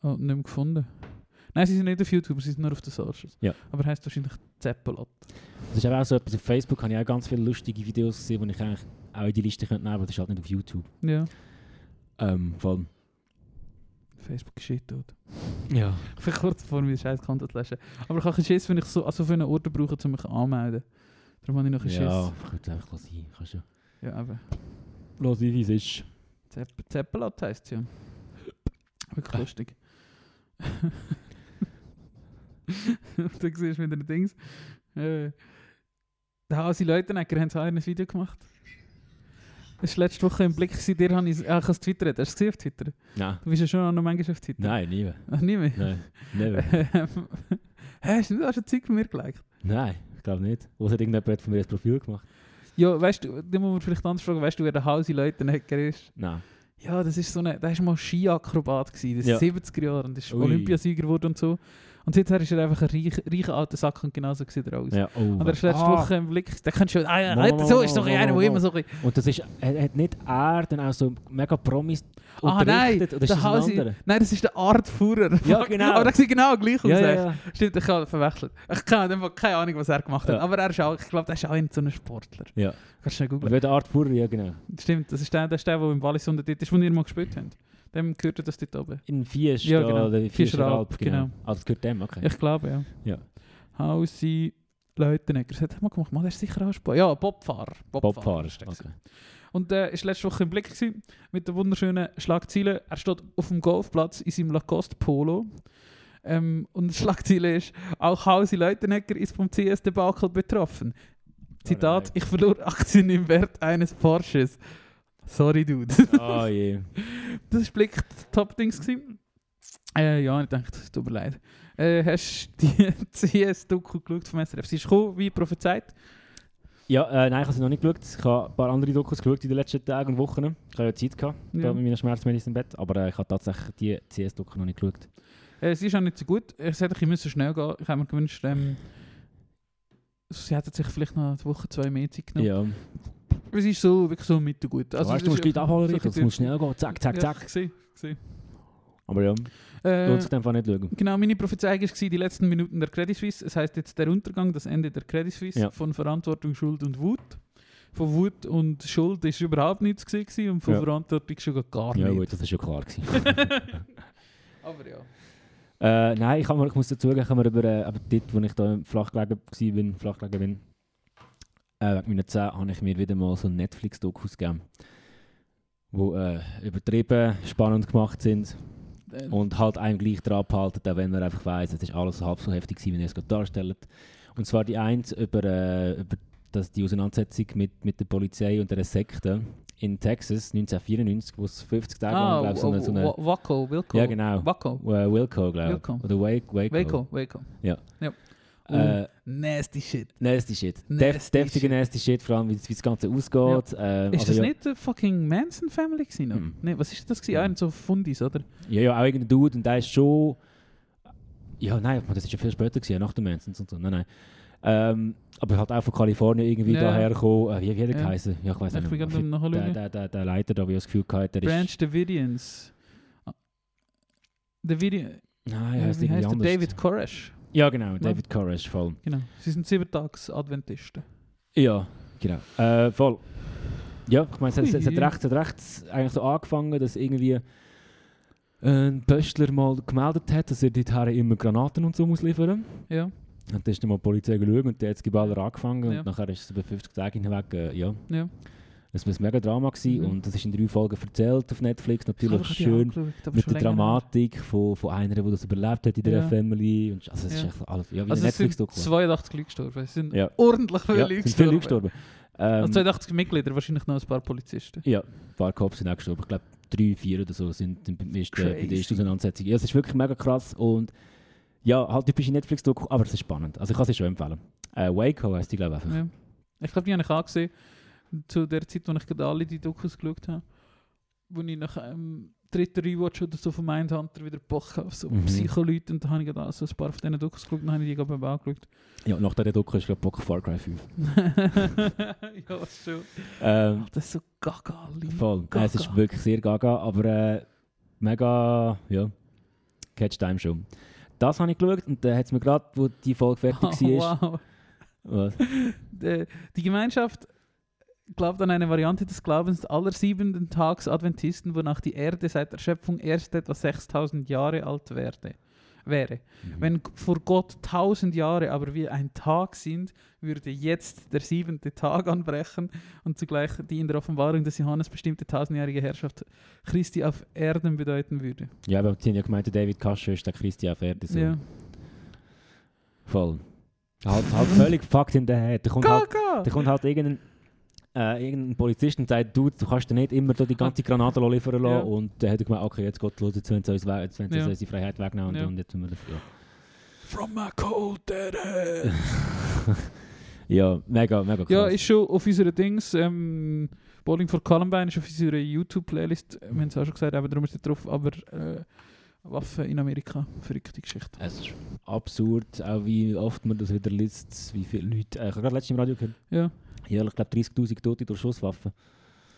und nicht mehr gefunden. Nein, sie sind nicht auf YouTube, sie sind nur auf den Socials. Ja. Aber heisst wahrscheinlich Zeppelot. Das ist eben auch so etwas auf Facebook, habe ich auch ganz viele lustige Videos gesehen, die ich eigentlich auch in die Liste könnte nehmen, aber das ist halt nicht auf YouTube. Ja. Ähm, vor allem. Facebook ist shit, dude. Ja. Ich bin kurz vor mir scheiß Content zu löschen. Aber ich habe keinen Schiss, wenn ich so, also für einen Ort brauche, um mich anmelden. Darum habe ich noch einen Ja, Schiss. ich würde einfach lassen. Kannst du. Ja, eben. Lass wie es ist. Zepp Zeppelot heisst es ja. Wirklich Ah. lustig. Und du siehst wieder die Dings. Äh, der Hasi Leutenegger haben auch ein Video gemacht. Das war letzte Woche im Blick. gewesen. Dir habe ich, ah, ich habe es getwittert. Hast du es gesehen auf Twitter? Nein. Du bist ja schon auch noch manchmal auf Twitter. Nein, nie. mehr. Ach, nie mehr? Nein. Never. Ähm, Hä, hast du nicht auch schon Zeug von mir geliked? Nein, ich glaube nicht. Oder hat irgendjemand von mir ein Profil gemacht? Ja, weißt du, da muss man vielleicht anders fragen, weißt du, wer der Hasi Leutenegger ist? Nein. Ja, das ist so eine, der war mal Skiakrobat, gewesen, das Ja. 70er Jahre und ist Ui. Olympiasieger geworden und so. Und seither ist er einfach ein reich, reicher alter Sack und genauso sieht er aus. Ja, oh. Und er ist warte. letzte Ah, Woche im Blick, der kannst du schon, ah ja, Mo, Alter, so mo, ist doch mo, einer, mo, der mo. immer so ein bisschen- Und das ist, hat, hat nicht er dann auch so mega Promis Ah nein, unterrichtet? Oder ist der das ein Hasi- anderer? Nein, das ist der Art Fuhrer. Ja, genau. Aber der sieht genau gleich aus. Ja, ja, echt. ja. Stimmt, ich habe verwechselt. Ich kann einfach keine Ahnung, was er gemacht hat. Ja. Aber er ist auch, ich glaube, der ist auch ein so ein Sportler. Ja. Kannst du schnell Und googeln. wer der Art Fuhrer, ja genau. Stimmt, das ist der, das ist der, der im Wallis unter dort ist, wo wir mal gespielt haben. Dem gehört das dort oben. In Vierst Ja, genau. oder in Vierster Alp, Viersteralp, genau. Ah, das gehört dem, okay. Ich glaube, ja. Ja. Hausi Leutenegger. Das hat er mal gemacht. Mann, der ist sicher auch Sport. Ja, Bobfahrer. Bobfahrer. ist der gewesen. Okay. Und er äh, ist letzte Woche im Blick gewesen, mit der wunderschönen Schlagzeile. Er steht auf dem Golfplatz in seinem Lacoste Polo. Ähm, und die Schlagzeile ist, auch Hausi Leutenegger ist vom CS-Debakel betroffen. Zitat, nein. ich verlor Aktien im Wert eines Porsches. Sorry, Dude. Oh je. Das war Blick Top-Dings. gewesen. Äh, ja, ich denke, es tut mir leid. Äh, hast du die CS-Doku geschaut vom SRF? Sie ist gekommen, wie prophezeit. Ja, äh, nein, ich habe sie noch nicht geschaut. Ich habe ein paar andere Dokus geschaut in den letzten Tagen und Wochen. Ich habe ja Zeit gehabt, Ja. da mit meiner Schmerzmedizin im Bett, aber äh, ich habe tatsächlich die CS-Doku noch nicht geschaut. Äh, sie ist auch nicht so gut. Es hätte ein bisschen müssen schnell gehen Ich habe mir gewünscht, ähm, sie hätten sich vielleicht noch eine Woche, zwei mehr Zeit genommen. Ja. Aber sie ist so, wirklich so mittelgut. Also, weißt, du musst gleich abholen, Rico, es muss schnell gehen, zack, zack, zack. Gesehen, gesehen. Aber ja, Äh, lohnt sich einfach nicht schauen. Genau, meine Prophezeiung war die letzten Minuten der Credit Suisse. Es heißt jetzt der Untergang, das Ende der Credit Suisse Ja. von Verantwortung, Schuld und Wut. von Wut und Schuld ist überhaupt nichts gewesen und von Ja. Verantwortung schon gar Ja, nicht. gut, das ist schon klar. Gewesen. Aber ja. Äh, nein, ich, kann mal, ich muss dazu sagen, ich habe mir über, äh, eben dort, wo ich da flach gelegen war, bin, flach gelegen bin äh, wegen meiner 10, habe ich mir wieder mal so Netflix-Dokus gegeben, die äh, übertrieben spannend gemacht sind Äh, und halt einem gleich dran behalten, auch wenn man einfach weiss, es ist alles halb so heftig, gewesen, wie ihr es gerade darstellt. Und zwar die eins über, äh, über das, die Auseinandersetzung mit, mit der Polizei und der Sekte in Texas 1994, wo es 50 Tage lang, ah, glaub ich, so eine... So eine Wa- Waco, Wilco. ja, genau. Waco. Äh, Wilco, glaube ich. Wilco. Oder Wake, Waco. Waco, Mhm. Waco. Ja. ja. Äh, Nasty shit. nasty Shit. Def, Nasty deftiger Shit. Nasty Shit, vor allem wie das wie das Ganze ausgeht. Ähm, Ist also das ja, nicht die fucking Manson Family gewesen? noch? Mhm. Nee, was ist das gewesen? Ah, Mhm. ein so Fundis, oder? Ja, ja, auch irgendein Dude und der ist schon... Ja, nein, aber das ist ja viel später gewesen, nach den Mansons und so. Nein, nein. Ähm, aber halt auch von Kalifornien irgendwie Ja. daher gekommen. Äh, wie, wie hat er Ja. geheißen? Ja, ich weiß Ich bin nicht gerade mehr. am Der, nachschauen. Also der, der, der Leiter da, wie ich das Gefühl hatte, der Branch ist... Davidians. Ah. Davidian. Äh, Nein, Wie er heißt Ah heißt der? irgendwie anders. David Koresh. Ja, genau, David Koresh, voll. Genau. Sie sind Siebentags-Adventisten. Ja, genau. Äh, voll. Ja, ich meine, es, es, es hat Ui. rechts, es hat rechts eigentlich so angefangen, dass irgendwie ein Pöstler mal gemeldet hat, dass er dort her immer Granaten und so muss liefern. Ja. Und dann ist dann mal die Polizei geschaut und dann hat es Geballer angefangen Ja. und nachher ist es über 50 Tage hinweg, äh, ja. Ja. Das war ein mega Drama gewesen Mhm. und das ist in drei Folgen erzählt auf Netflix, Ich natürlich glaube, ich habe die schön. angeschaut, aber Mit schon der länger her. Dramatik von, von einer, die das überlebt hat in der Ja. Family. Und, also, es ist Ja. echt alles, ja, wie Also eine es sind Netflix-Doku. 82 Leute gestorben. Es sind Ja. ordentlich viele Ja, Leute es sind viele Leute gestorben. gestorben. Ähm, Also 82 Mitglieder, wahrscheinlich noch ein paar Polizisten. Ja, ein paar Cops sind auch gestorben. Ich glaube, drei, vier oder so sind sind beim ersten, bei der Crazy. ersten Auseinandersetzung. Ja, es ist wirklich mega krass und ja, halt typische Netflix-Doku, aber es ist spannend. Also ich kann es schon empfehlen. Äh, Waco heisst die, glaube ich, einfach. Ja. Ich glaube, die habe ich angesehen, zu der Zeit, wo ich gerade alle die Dokus geschaut habe, wo ich nach einem dritten Rewatch oder so von Mindhunter wieder Bock habe, auf so Mhm. Psycho-Leute, und da habe ich gerade so ein paar von diesen Dokus geschaut, und dann habe ich die gerade eben angeschaut. Ja, nach der Doku ist, glaube ich, Bock auf Far Cry 5. ja, was schon. Ähm, Ach, das ist so gaga, Leute. voll. Gaga. Nein, es ist wirklich sehr gaga, aber äh, mega, ja, catch time schon. Das habe ich geschaut und dann hat es mir gerade, wo die Folge fertig war... Oh, wow. Was? Die, die Gemeinschaft glaubt an eine Variante des Glaubens aller siebenten Tags Adventisten, wonach die Erde seit der Schöpfung erst etwa 6000 Jahre alt werde, wäre. Wenn g- vor Gott 1000 Jahre aber wie ein Tag sind, würde jetzt der siebente Tag anbrechen und zugleich die in der Offenbarung des Johannes bestimmte tausendjährige Herrschaft Christi auf Erden bedeuten würde. Ja, aber die haben ja gemeint, der David Kasche ist der Christian Ferdi. So. Ja. Voll. Halt, halt völlig fucked in der Head. Da kommt halt, Gaga! da kommt halt irgendein, äh, irgendein Polizist und sagt, du, du kannst dir nicht immer da die ganze Granate liefern lassen. Ja. Und dann hat er gemeint, okay, jetzt geht es los, jetzt wollen sie, uns, we- jetzt wollen sie Ja. uns unsere Freiheit wegnehmen und, Ja. und jetzt müssen wir dafür. From my cold dead head. Ja, mega, mega krass. Ja, ist schon auf unserer Dings, ähm, Bowling for Columbine ist auf unserer YouTube-Playlist, äh, wir haben es auch schon gesagt, aber darum ist es drauf, aber äh, Waffen eh, in Amerika, verrückte Geschichte. es ist absurd, auch wie oft man das wieder liest, wie viele Leute... Äh, ich habe gerade letztens im Radio gehört, Ja, ja, ich glaube 30'000 Tote durch Schusswaffen.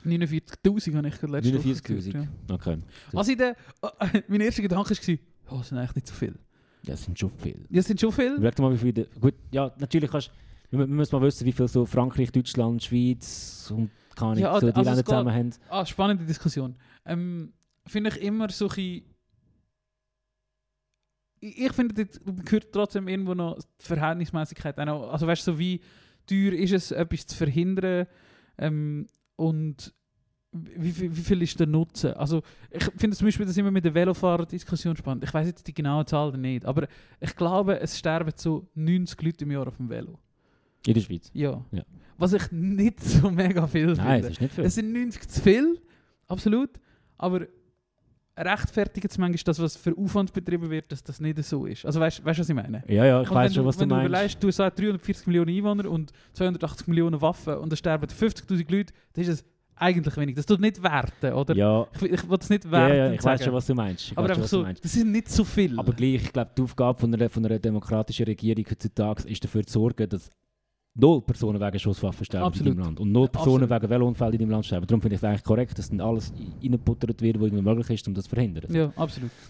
49'000 habe ich gerade letzte Woche 49'000. gehört, Okay. ja. Was ich dann, äh, mein erster Gedanke war, oh, das sind eigentlich nicht so viel. Das sind schon viele. Ja, es sind schon viel. Überleg dir mal, wie viele. Gut, ja, natürlich kannst Wir, wir müssen mal wissen, wie viel so Frankreich, Deutschland, Schweiz und keine Ahnung, Ja, so die also es Länder geht- zusammen haben. Ah, spannende Diskussion. Ähm, finde ich immer so ein Ich ich finde, das gehört trotzdem irgendwo noch die Verhältnismäßigkeit. auch noch. Also weißt du, so wie teuer ist es, etwas zu verhindern ähm, und wie, viel- wie viel ist der Nutzen? Also ich finde zum Beispiel das immer mit der Velofahrer-Diskussion spannend. Ich weiß jetzt die genaue Zahl nicht, aber ich glaube, es sterben so 90 Leute im Jahr auf dem Velo. In der Schweiz. Ja. Ja. Was ich nicht so mega viel Nein, finde. es ist nicht viel. Es sind 90 zu viel, absolut. Aber rechtfertigt es manchmal das, was für Aufwand betrieben wird, dass das nicht so ist. Also weißt du, was ich meine? ja, ja, ich Und weiß wenn schon, was du wenn meinst. Wenn du überlegst, du sagst 340 Millionen Einwohner und 280 Millionen Waffen und da sterben 50'000 Leute, dann ist das eigentlich wenig. Das tut nicht werten, oder? ja, Ich, ich will es nicht ja, werten ja, ich weiß sagen. schon, was du meinst. Ich Aber weiss schon, einfach was du so, äh, meinst. das sind nicht so viel. Aber gleich, ich glaube, die Aufgabe von einer, von einer demokratischen Regierung heutzutage ist dafür zu sorgen, dass null Personen wegen Schusswaffen sterben in Absolut. deinem Land. Und null Personen Absolut. wegen Velounfällen in deinem Land sterben. Darum finde ich es eigentlich korrekt, dass dann alles reingebuttert wird, was irgendwie möglich ist, um das zu verhindern. ja, absolut.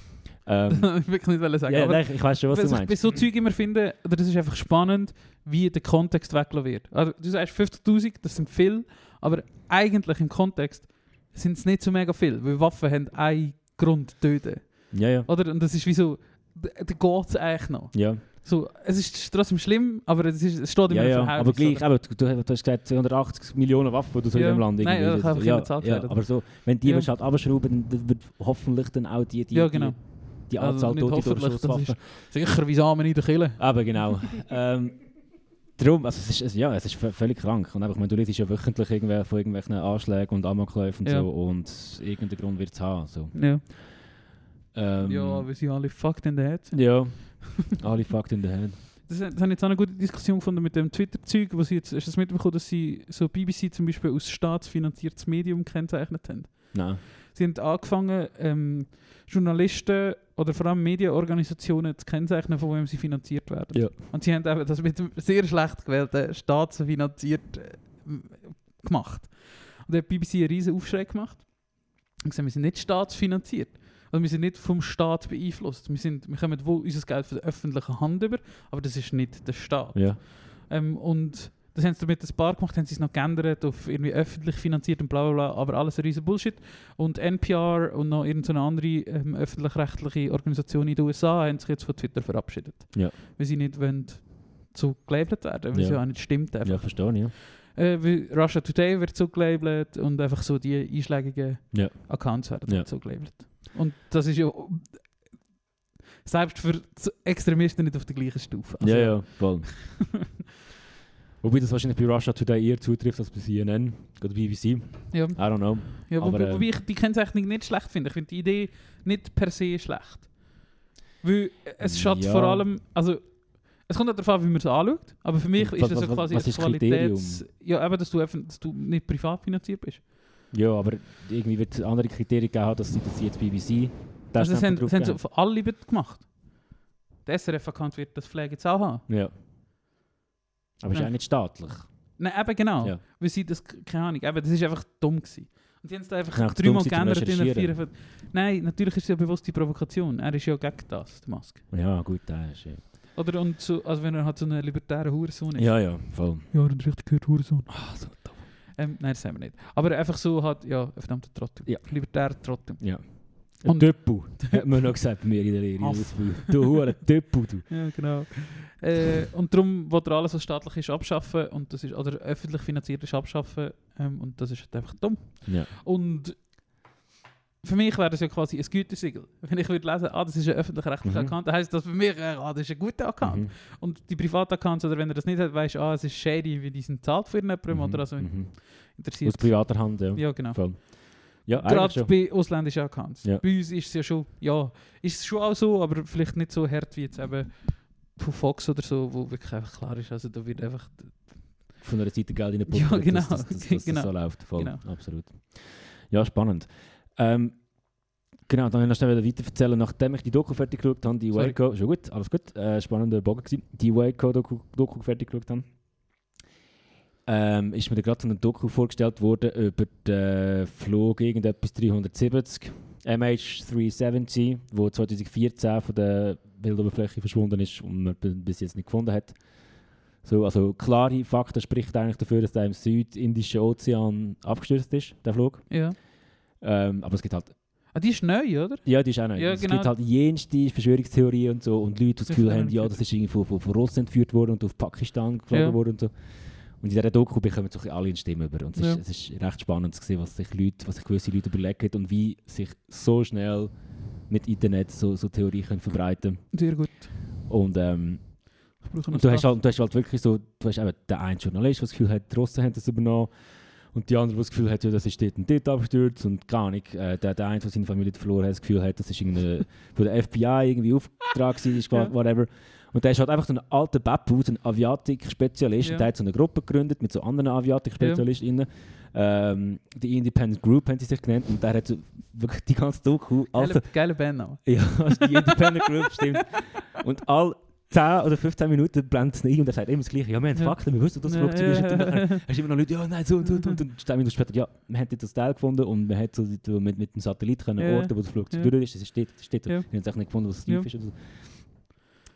Ähm, ich wirklich nicht wollen sagen. ja, aber nein, ich- ich weiß schon, was du was ich bei meinst. so Zeug immer finde, oder das ist einfach spannend, dus wie der Kontext weggelassen wird. Also, du sagst 50'000, das sind viel, aber eigentlich im Kontext sind es nicht so mega viel, weil Waffen haben einen Grund zu töten. Ja, ja. Oder? Und das ist wie so, da geht es eigentlich noch. Ja, So, es ist trotzdem schlimm, aber es, ist, es steht in ja, einem ja. Verhältnis. aber gleich, oder? eben, du, du hast gesagt 280 Millionen Waffen oder so Ja. in dem Land. Nein, irgendwie. ja, das kann einfach ja, jemand zahlt ja, werden. aber so, wenn die Ja. ja. halt abschrauben, dann wird hoffentlich dann auch die, die, Ja, genau. die, die Anzahl nicht Tote durch hoffentlich, das Schusswaffen. ist sicher wie Samen in der Kille. Eben, Ah, genau. ähm, darum, also es ist, es, ja, es ist v- völlig krank. Und einfach, ich meine, du liest ja wöchentlich irgendwer von irgendwelchen Anschlägen und Amokläufen und Ja. so und irgendeinen Grund wird es haben. So. Ja. Ähm, ja, weil sie alle fucked in the head sind. ja. alle fucked in the head. Das, das habe ich jetzt auch eine gute Diskussion gefunden mit dem Twitter-Zeug, wo sie jetzt, hast du das mitbekommen, dass sie so BBC zum Beispiel als staatsfinanziertes Medium kennzeichnet haben? Nein. Sie haben angefangen, ähm, Journalisten oder vor allem Medienorganisationen zu kennzeichnen, von wem sie finanziert werden. Ja. Und sie haben eben das mit dem sehr schlecht gewählten Staatsfinanziert äh, m- gemacht. Und da hat die BBC einen riesen Aufschrei gemacht. Und gesagt, wir sind nicht staatsfinanziert. Also wir sind nicht vom Staat beeinflusst. Wir, sind, wir kommen wohl unser Geld von der öffentlichen Hand über, aber das ist nicht der Staat. Ja. Ähm, und das haben sie damit ein paar gemacht, haben sie es noch geändert auf irgendwie öffentlich finanziert und bla bla bla, aber alles ein riesen Bullshit. Und NPR und noch irgendeine andere ähm, öffentlich-rechtliche Organisation in den USA haben sich jetzt von Twitter verabschiedet. Ja. Weil sie nicht wollen so gelabelt werden, weil es Ja. ja auch nicht stimmt. Einfach. ja, verstehe ich. Ja. Äh, weil Russia Today wird so gelabelt und einfach so die einschlägigen Ja. Accounts werden Ja. halt so gelabelt. Und das ist ja selbst für Extremisten nicht auf der gleichen Stufe. Also, ja, ja, voll. Wobei das wahrscheinlich bei Russia Today eher zutrifft als bei CNN oder BBC. I ja. don't know. Ja, Aber, wobei, äh, wobei ich die Kennzeichnung nicht schlecht finde. Ich finde die Idee nicht per se schlecht. Weil es schadet Mm, Ja. vor allem, also es kommt auch darauf an, wie man es anschaut, aber für mich Was- ist das was- so was- quasi was ein ist Kriterium? Qualitäts... Ja, eben, dass du, öffn- dass du nicht privat finanziert bist. Ja, aber irgendwie wird es andere Kriterien gegeben, haben, dass sie, dass sie jetzt BBC da also das Stempel haben, drauf das haben sie geben. auf alle Leute gemacht. Der SRF-Account wird das Pflege jetzt auch haben. Ja. Aber ist Ja. ja auch nicht staatlich. Nein, eben genau. Ja. Weil sie das, keine dus Ahnung, eben, das ist einfach dumm gewesen. Und die haben es da einfach Ja, dreimal dumm gewesen, um geändert in der recherchieren. 44... Nein, natürlich ist es ja bewusste Provokation. Er ist ja gegen das, der Musk. Ja, gut, das ist ja. Oder und so, also wenn er halt so einen libertären Hurensohn ist. Ja, ja, voll. ja dann richtig gehört Hurensohn. Ah, so doof. Ähm, nein, das haben wir nicht. Aber einfach so hat, ja, ein verdammter Trottel. Ja. Libertärer Trottel. Ja. Und- Ein Töppu, hat man noch gesagt bei mir in dus der Lehre. in der Aff. Ausbildung. Du Hure, Töppu, du. Ja, genau. äh, und darum will er alles, was staatlich ist, abschaffen. Und das ist, oder öffentlich finanziert ist, abschaffen. Ähm, und das ist halt einfach dumm. Ja. Und für mich wäre das ja quasi ein Gütesiegel. Wenn ich würde lesen, ah, das ist ein öffentlich-rechtlicher Mhm. Account, dann heisst das für mich, äh, ah, das ist ein guter Account. Mhm. Und die Privataccounts, oder wenn er das nicht hat, weisst du, ah, es ist shady, wie die sind zahlt für jemanden Mhm. oder also Mhm. interessiert. Aus privater Hand, ja. Ja, genau. Voll. Ja, eigentlich Gerade schon. bei ausländischen Accounts. Ja. Bei uns ist es ja schon, ja, ist es schon auch so, aber vielleicht nicht so hart wie jetzt eben von Fox oder so, wo wirklich einfach klar ist, also da wird einfach, von einer Seite Geld in den Ja, genau, dass, dass, dass, dass genau, das so läuft. Voll, genau. absolut. Ja, spannend. Ähm, genau, dann will ich noch schnell wieder weiter erzählen. Nachdem ich die Doku fertig geschaut habe, die Sorry. Waco, schon gut, alles gut, äh, spannender Bogen gewesen, die Waco-Doku Doku fertig geschaut habe, ähm, ist mir dann gerade so eine Doku vorgestellt worden über den Flug irgendetwas 370, MH370, wo 2014 von der Bildoberfläche verschwunden ist und man b- bis jetzt nicht gefunden hat. So, also klare Fakten spricht eigentlich dafür, dass der im südindischen Ozean abgestürzt ist, der Flug. ja. Ähm, aber es gibt halt, Ah, die ist neu, oder? ja, die ist auch neu. Ja, es genau. gibt halt jenste Verschwörungstheorien und so und Leute, die das Das haben Gefühl wir haben, nicht ja, gehört. das ist irgendwo von, von Russland entführt worden und auf Pakistan geflogen Ja. worden und so. Und in dieser Doku bekommen so ein bisschen alle eine Stimme über. Und es, Ja. ist, es ist recht spannend zu sehen, was sich, Leute, was sich gewisse Leute überlegen und wie sich so schnell mit Internet so, so Theorien können verbreiten Sehr gut. Und ähm, Ich brauche noch und du hast, Spaß. halt, du hast halt wirklich so, du hast eben den einen Journalist, der das Gefühl hat, die Russen haben das übernommen und die andere, die das Gefühl hat, ja, das ist dort und dort abgestürzt und gar nicht. Äh, der, der eine, der seine Familie verloren hat, das Gefühl hat, das ist irgendeine, von der FBI irgendwie Auftrag war, ist, Ja. whatever. Und der ist halt einfach so ein alter Beppu, so ein Aviatik-Spezialist Ja. und der hat so eine Gruppe gegründet mit so anderen Aviatik-SpezialistInnen. Ähm, die Independent Group haben sie sich genannt und der hat so wirklich die ganze Doku, Geile, alter, also geile Bandname. ja, die Independent Group, stimmt. Und all 10 oder 15 Minuten blendet es ein und er sagt immer das Gleiche. Ja, wir haben Ja. Fakten, wir wissen, dass es Flugzeug Äh. ist. Und nachher hast du immer noch Leute, ja, nein, so und so und so. Und dann 10 Minuten später, ja, wir haben dort das Teil gefunden und wir haben so die- so mit, mit dem Satellit können Ja. orten, wo das Flugzeug Ja. durch ist. Das ist dort, das ist dort. Ja. Wir haben es echt nicht gefunden, was das Ja. Tief ist. Oder so.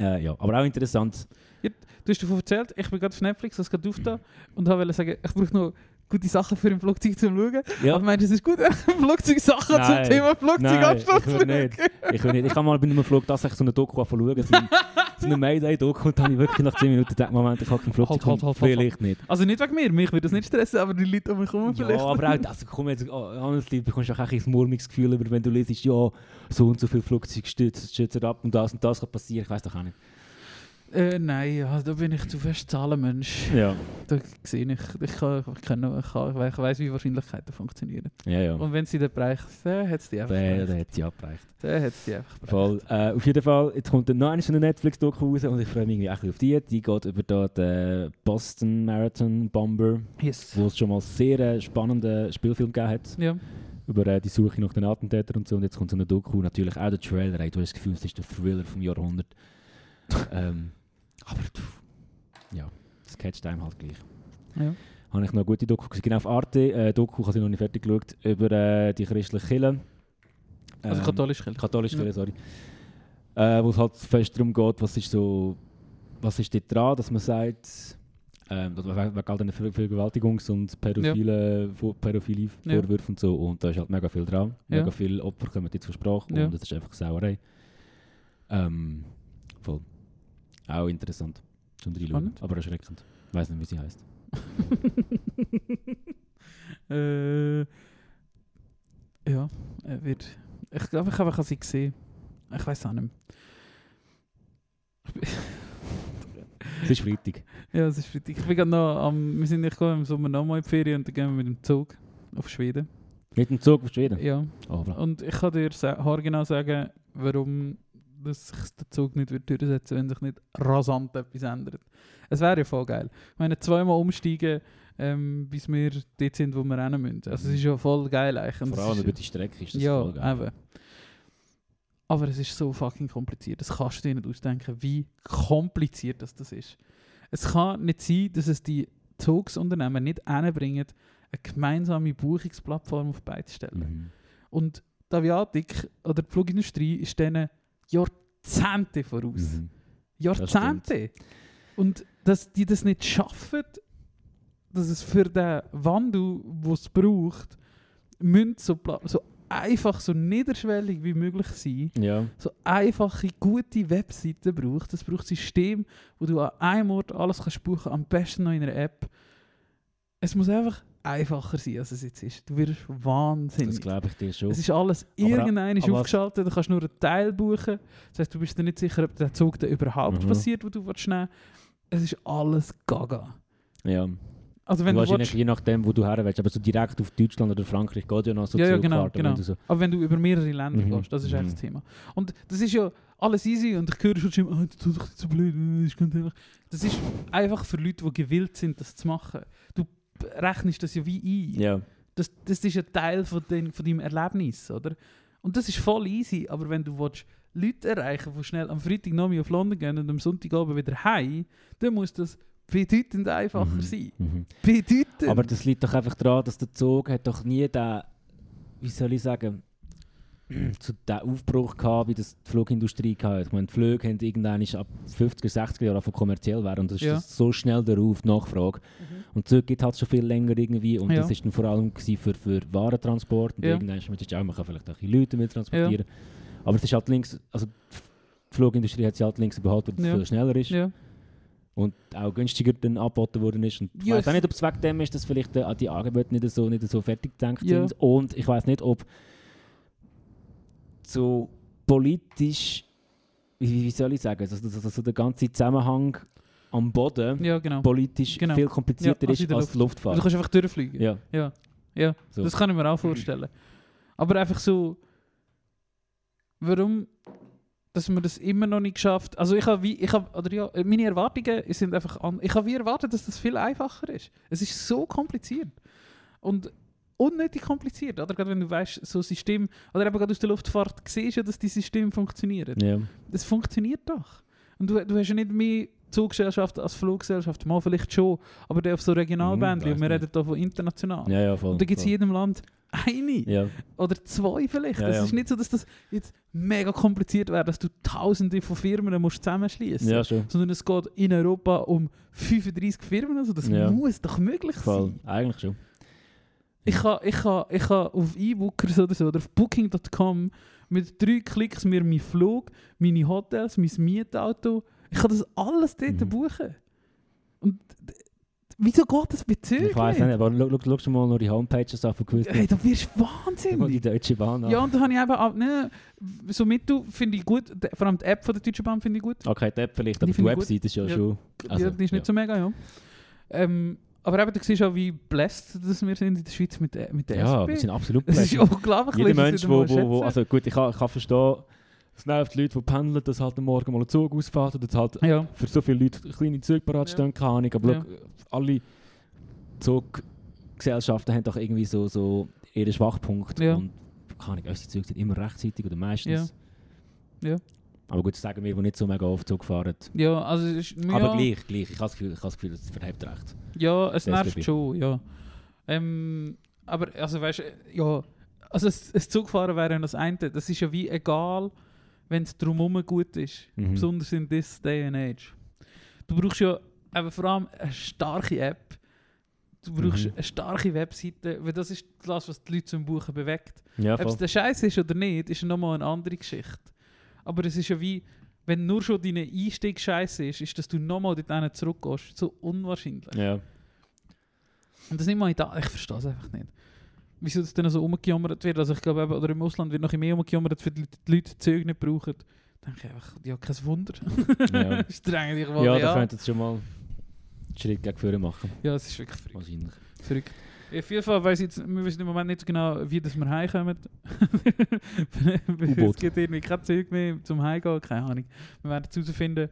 äh, ja, aber auch interessant. Du hast davon erzählt, ich bin gerade auf Netflix, das gerade aufgetan und wollte sagen, ich brauche noch gute Sachen für im Flugzeug zum Schauen. Ja. Aber meinst du, es ist gut, Flugzeugsachen zum Nein. Thema Nein, Flugzeugabstand ich würde nicht. Ich will nicht. Ich habe mal bei einem Flug tatsächlich so eine Doku anfangen zu schauen. So eine Mayday-Doku. Und dann habe ich wirklich nach 10 Minuten gedacht, Moment, ich habe kein Halt, Flugzeug. halt, halt, halt, vielleicht nicht. Also nicht wegen mir, mich würde das nicht stressen, aber die Leute um mich herum Ja, vielleicht. aber auch das, komm jetzt, oh, honestly, bekommst du auch ein murmiges Gefühl, über, wenn du liest, ja, so und so viel Flugzeug stützt, stützt ab und das und das kann passieren. Ich weiß doch auch nicht. Äh, nein, ja, da bin ich zu fest Zahlenmensch. Ja, Da sehe ich, ich, kann, ich, kann, nur- ich, kann, ich weiss, wie Wahrscheinlichkeiten funktionieren. ja, ja. Und wenn sie dann bereicht, dann hat es die einfach Der, der bereicht. hat sie abgereicht. Dann hat es die einfach bereicht. Voll. Äh, auf jeden Fall, jetzt kommt dann noch eine Netflix-Doku raus und ich freue mich irgendwie auch ein bisschen auf die. Die geht über da den Boston Marathon Bomber, Yes. wo es schon mal sehr äh, spannenden Spielfilm gegeben hat. Ja. über äh, die Suche nach den Attentätern und so. Und jetzt kommt so eine Doku, natürlich auch der Trailer. Ey, du hast das Gefühl, es ist der Thriller vom Jahrhundert. ähm, aber pff, ja, das catcht einem halt gleich. Ja. Habe ich noch eine gute Doku gesehen. Genau auf Arte, äh, Doku habe ich noch nicht fertig geschaut, über äh, die christliche Kirche. Also Ähm, katholisch Kirche. Katholische Ja. Kirche, sorry. Äh, wo es halt fest darum geht, was ist so, was ist dort dran, dass man sagt, ähm, dass- wegen wegen all den Ver- Vergewaltigungs- und pädophile, Vor- pädophile Ja. Vorwürfe und so. Und da ist halt mega viel dran. Ja. Mega viele Opfer kommen jetzt zur Sprache Ja. und das ist einfach Sauerei. Ähm, voll. Auch interessant. Zum Reinschauen. Spannend. Aber erschreckend. Ich weiß nicht, wie sie heißt. äh, ja, äh, wird. Ich glaube, ich habe ich habe sie gesehen. Ich weiß auch nicht. mehr. Es ist Freitag. Ja, es ist Freitag. Ich bin gerade noch am, wir sind ich gehe im Sommer nochmal in die Ferien und dann gehen wir mit dem Zug auf Schweden. Mit dem Zug auf Schweden. Ja. Oh, bla. Und ich kann dir sa- haargenau sagen, warum dass sich der Zug nicht wird durchsetzen wenn sich nicht rasant etwas ändert. Es wäre ja voll geil. Ich meine, zweimal umsteigen, ähm, bis wir dort sind, wo wir rennen müssen. Also es ist ja voll geil eigentlich. Und Mhm. Vor es allem ist, über die Strecke ist das ja, voll geil. eben. Aber es ist so fucking kompliziert. Das kannst du dir nicht ausdenken, wie kompliziert das, das ist. Es kann nicht sein, dass es die Zugsunternehmen nicht hinbringen, eine gemeinsame Buchungsplattform auf die Beine zu stellen. Mhm. Und die Aviatik oder die Flugindustrie ist denen Jahrzehnte voraus. Mhm. Jahrzehnte! Und dass die das nicht schaffen, dass es für den Wandel, den es braucht, müssen so, pla- so einfach, so niederschwellig wie möglich sein, Ja. so einfache, gute Webseiten braucht. Es braucht ein System, wo du an einem Ort alles kannst buchen am besten noch in einer App. Es muss einfach einfacher sein, als es jetzt ist. Du wirst wahnsinnig. Das glaube ich dir schon. Es ist alles Aber- irgendein ist aber- aufgeschaltet, du kannst nur einen Teil buchen. Das heißt, du bist dir nicht sicher, ob der Zug da überhaupt Mhm. passiert, wo du willst nehmen Es ist alles gaga. ja. Also wenn du, Wahrscheinlich willst, je nachdem, wo du her willst. Aber so direkt auf Deutschland oder Frankreich geht ja noch so Ja, ja, Zugfahrten, genau, genau. wenn du So, aber wenn du über mehrere Länder Mhm. gehst, das ist Mhm. echt das Thema. Und das ist ja alles easy und ich höre schon schon, oh, das ist doch nicht so blöd, das ist ganz einfach. Das ist einfach für Leute, die gewillt sind, das zu machen. Du rechnest das ja wie ein. ja. Das, das ist ein Teil von, den, von deinem Erlebnis, oder? Und das ist voll easy, aber wenn du willst, Leute erreichen die schnell am Freitag noch auf London gehen und am Sonntagabend wieder heim, dann muss das bedeutend einfacher Mhm. sein. Mhm. Bedeutend! Aber das liegt doch einfach daran, dass der Zug hat doch nie den, wie soll ich sagen, zu den Aufbruch gehabt, wie das die Flugindustrie hatte. Ich meine, die Flüge haben irgendwann ab 50er, 60er Jahren von kommerziell werden und das ist Ja. Mhm. das so schnell der Ruf, die Nachfrage. Und Zug gibt halt schon viel länger irgendwie und Ja. das ist dann vor allem gewesen für, für Warentransport und Ja. irgendwann ist man jetzt auch, man kann vielleicht auch ein bisschen Leute mit transportieren. Aber es ist halt links, also die Flugindustrie hat sich halt links behalten, weil es Ja. viel schneller ist ja. und auch günstiger dann angeboten worden ist. Und ich Ja, weiß auch ich- nicht, ob es wegen dem ist, dass vielleicht äh, die Angebote nicht so, nicht so fertig gedacht Ja. sind. Und ich weiß nicht, ob so politisch, wie, wie soll ich sagen, also, also, also der ganze Zusammenhang am Boden ja, genau. politisch Genau. viel komplizierter Ja, als in ist der als die Du Luftfahrt. kannst einfach durchfliegen. Ja, Ja, So. das kann ich mir auch vorstellen. Aber einfach so, warum, dass man das immer noch nicht geschafft. Also ich habe wie, ich habe, oder ja, meine Erwartungen sind einfach an. Ich habe wie erwartet, dass das viel einfacher ist. Es ist so kompliziert und unnötig kompliziert. Oder gerade wenn du weißt, so ein System, oder eben gerade aus der Luftfahrt siehst ja, dass die Systeme funktionieren. ja. Es funktioniert doch. Und du, du hast ja nicht mehr Zuggesellschaft als Fluggesellschaft. Mal vielleicht schon, aber der auf so Regionalbändchen. Hm, weiss und wir nicht. reden hier von international. Ja, ja, voll. Und da gibt es in voll. jedem Land eine Ja, oder zwei vielleicht. Ja, Es ja. ist nicht so, dass das jetzt mega kompliziert wäre, dass du tausende von Firmen musst zusammenschließen ja, schon. Sondern es geht in Europa um 35 Firmen. Also das Ja. muss doch möglich Voll. sein. Eigentlich schon. Ich kann, ich kann, ich kann auf eBookers oder so oder auf Booking.com mit drei Klicks mir meinen Flug, meine Hotels, mein Mietauto. Ich kann das alles dort Mhm. buchen. Und d- wieso geht das bei Zürich? Ich weiß nicht, aber schau mal nur die Homepages an von gewissen. Hey, du wirst Schau die wahnsinnig. Deutsche Bahn an. Ja, und da habe ich eben auch, ne, somit du finde ich gut, d- vor allem die App von der Deutschen Bahn finde ich gut. Okay, die App Ah, vielleicht, Die aber die finde ich gut. Website ist ja, Ja. schon. Also, ja, die ist nicht ja. so mega, ja. Ähm, aber eben, du siehst auch, wie blessed dass wir sind in der Schweiz mit, der- mit der Ja, wir SB. sind absolut Es ist blessed. unglaublich, Jeder dass wir Mensch, das wo, mal wo, wo, schätzen. also gut, ich kann, ich kann verstehen, es nervt die Leute, die pendeln, dass halt am Morgen mal ein Zug ausfährt oder dass halt Ja. für so viele Leute kleine Züge parat Ja. stehen, keine Ahnung, aber Ja. schau, alle Zuggesellschaften haben doch irgendwie so, so ihren Schwachpunkt Ja. und keine Ahnung, unsere Züge sind immer rechtzeitig oder meistens. Ja. Ja. Aber gut, das sagen wir, die nicht so mega oft Zug fahren. Ja, also es ist, ja, Aber gleich, gleich, ich habe das Gefühl, ich habe das Gefühl, es verhebt recht. Ja, es Der nervt SBB. schon, ja. Ähm, aber also weißt du, ja, also es, es Zugfahren wäre ja das eine, das ist ja wie egal, wenn es drumherum gut ist, Mhm. besonders in this day and age. Du brauchst ja eben vor allem eine starke App, du brauchst Mhm. eine starke Webseite, weil das ist das, was die Leute zum Buchen bewegt. Ja, Ob es der Scheiß ist oder nicht, ist nochmal eine andere Geschichte. Aber es ist ja wie, wenn nur schon dein Einstieg scheiße ist, ist, dass du nochmal dort zurückgehst. So unwahrscheinlich. Ja. Und das nicht mal in da. Ich verstehe es einfach nicht. Wieso das dann so umgejammert wird. Also ich glaube, eben, oder im Ausland wird noch mehr umgejammert, für die Leute- die Leute die Züge nicht brauchen. Dann denke ich einfach, ja, kein Wunder. Ja. Streng dich mal ja, da ja. könnt ihr jetzt schon mal einen Schritt gegen vorne machen, ja, es ist wirklich verrückt. wahrscheinlich. verrückt. Auf jeden Fall weiss ich jetzt, wir wissen im Moment nicht so genau, wie das wir heimkommen. es U-Boot. gibt irgendwie kein Zeug mehr zum Heimgehen, keine Ahnung. Wir werden es herausfinden.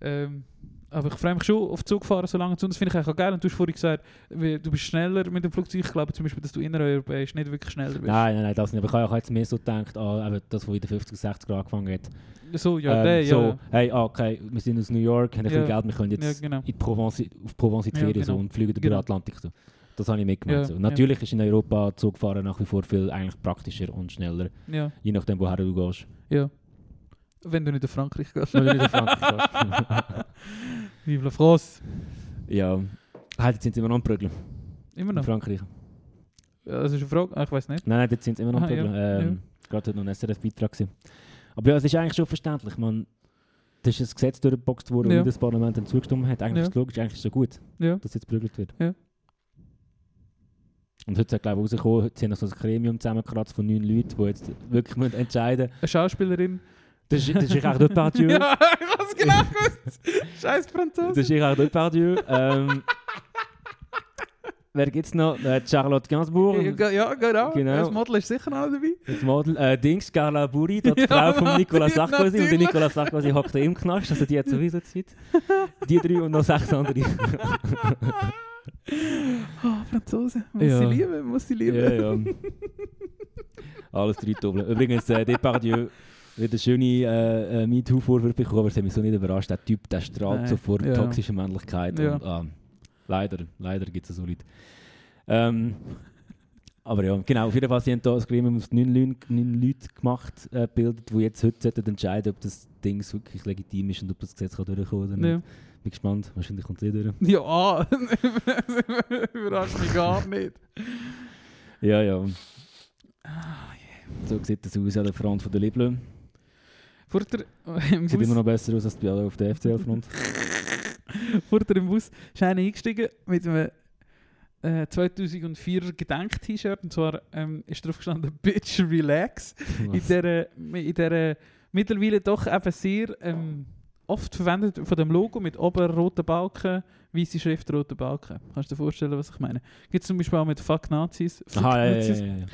Ähm, aber ich freue mich schon auf Zugfahren so lange zu. Das finde ich eigentlich auch geil. Und du hast vorhin gesagt, wie- du bist schneller mit dem Flugzeug. Ich glaube zum Beispiel, dass du innereuropäisch nicht wirklich schneller bist. Nein, nein, nein, das nicht. Aber ich habe- ich habe jetzt mehr so gedacht, ah, eben das, was in den 50 60 er angefangen hat. So, ja, Ähm, der, ja. so, hey, ah, okay, wir sind aus New York, haben ein bisschen Ja. Geld, wir können jetzt Ja, genau. in die Provence, auf Provence in die Ja, Ferien so, genau. und fliegen über Genau. den Atlantik. So. Das habe ich mitgemacht. Ja, so. ja. Natürlich ist in Europa Zugfahren nach wie vor viel eigentlich praktischer und schneller, ja, je nachdem, woher du gehst. ja. Wenn du nicht in Frankreich gehst. Wenn du nicht in Frankreich gehst. Vive la France. ja. Ah, jetzt sind sie immer noch am Prügeln. Immer In noch. Frankreich. Ja, Das ist eine Frage. Ah, ich weiß nicht. Nein, nein, dort sind sie immer noch am Aha, Ah, ja, Prügeln. Ähm, Gerade heute noch ein SRF-Beitrag. gewesen. Aber ja, es ist eigentlich schon verständlich. Man, da ist ein Gesetz durchgeboxt worden, Ja. und das Parlament dann zugestimmt hat. Eigentlich Ja. ist es logisch, eigentlich ist es ja gut. Ja. dass jetzt geprügelt wird. Ja. Und heute ist, glaube ich, rausgekommen, heute sind noch so ein Gremium zusammengekratzt von neun Leuten, die jetzt wirklich müssen entscheiden Dus müssen. Eine Schauspielerin. Das ist, das ist ich auch nicht perdu. Ja, ich hab's genau gewusst. Scheiß Das Franzose. ist ich auch nicht perdu. Ähm, wer gibt es noch? Äh, Charlotte Gainsbourg, Ja, ge- ja, genau. Genau. Das Model ist sicher auch dabei. das Model. Äh, Dings, Carla Buri, die Ja, Frau von Nicola natürlich, Sarkozy. Und der natürlich. Nicola Sarkozy hockt da im Knast, also die hat sowieso Zeit. Die drei und noch sechs andere. Oh, Franzose. Muss Ja. sie lieben, muss sie lieben. Ja, ja. Alles drei Doppeln. Übrigens, äh, Depardieu wieder eine schöne äh, äh, MeToo-Vorwürfe bekommen, aber es hat mich so nicht überrascht. Der Typ, der strahlt Nein, so vor ja. toxischer Männlichkeit. Ja. Und, ah, leider, leider gibt es so Leute. Ähm, aber ja, genau. Auf jeden Fall, sie haben da ein Gremium aus neun, Leuten- neun Leuten gemacht, äh, gebildet, die jetzt heute sollten entscheiden ob das Ding wirklich legitim ist und ob das Gesetz kann durchkommen kann oder Ja. nicht. Bin gespannt. Wahrscheinlich kommt es eh durch. Ja, Ah. überrascht mich gar nicht. Ja, ja. So sieht das aus an der Front von der Liblö. Vor der, äh, im Sieht Bus, immer noch besser aus als die alle auf der FCL-Front. vor der im Bus ist einer eingestiegen mit einem äh, 2004er Gedenk-T-Shirt. Und zwar ähm, ist drauf gestanden, Bitch, relax. in dieser, in dieser mittlerweile doch eben sehr ähm, oft verwendet von dem Logo mit oben roten Balken, weiße Schrift, roten Balken. Kannst du dir vorstellen, was ich meine? Gibt es zum Beispiel auch mit Fuck Nazis. Fuck Aha, ja, ja, Nazis. ja, ja.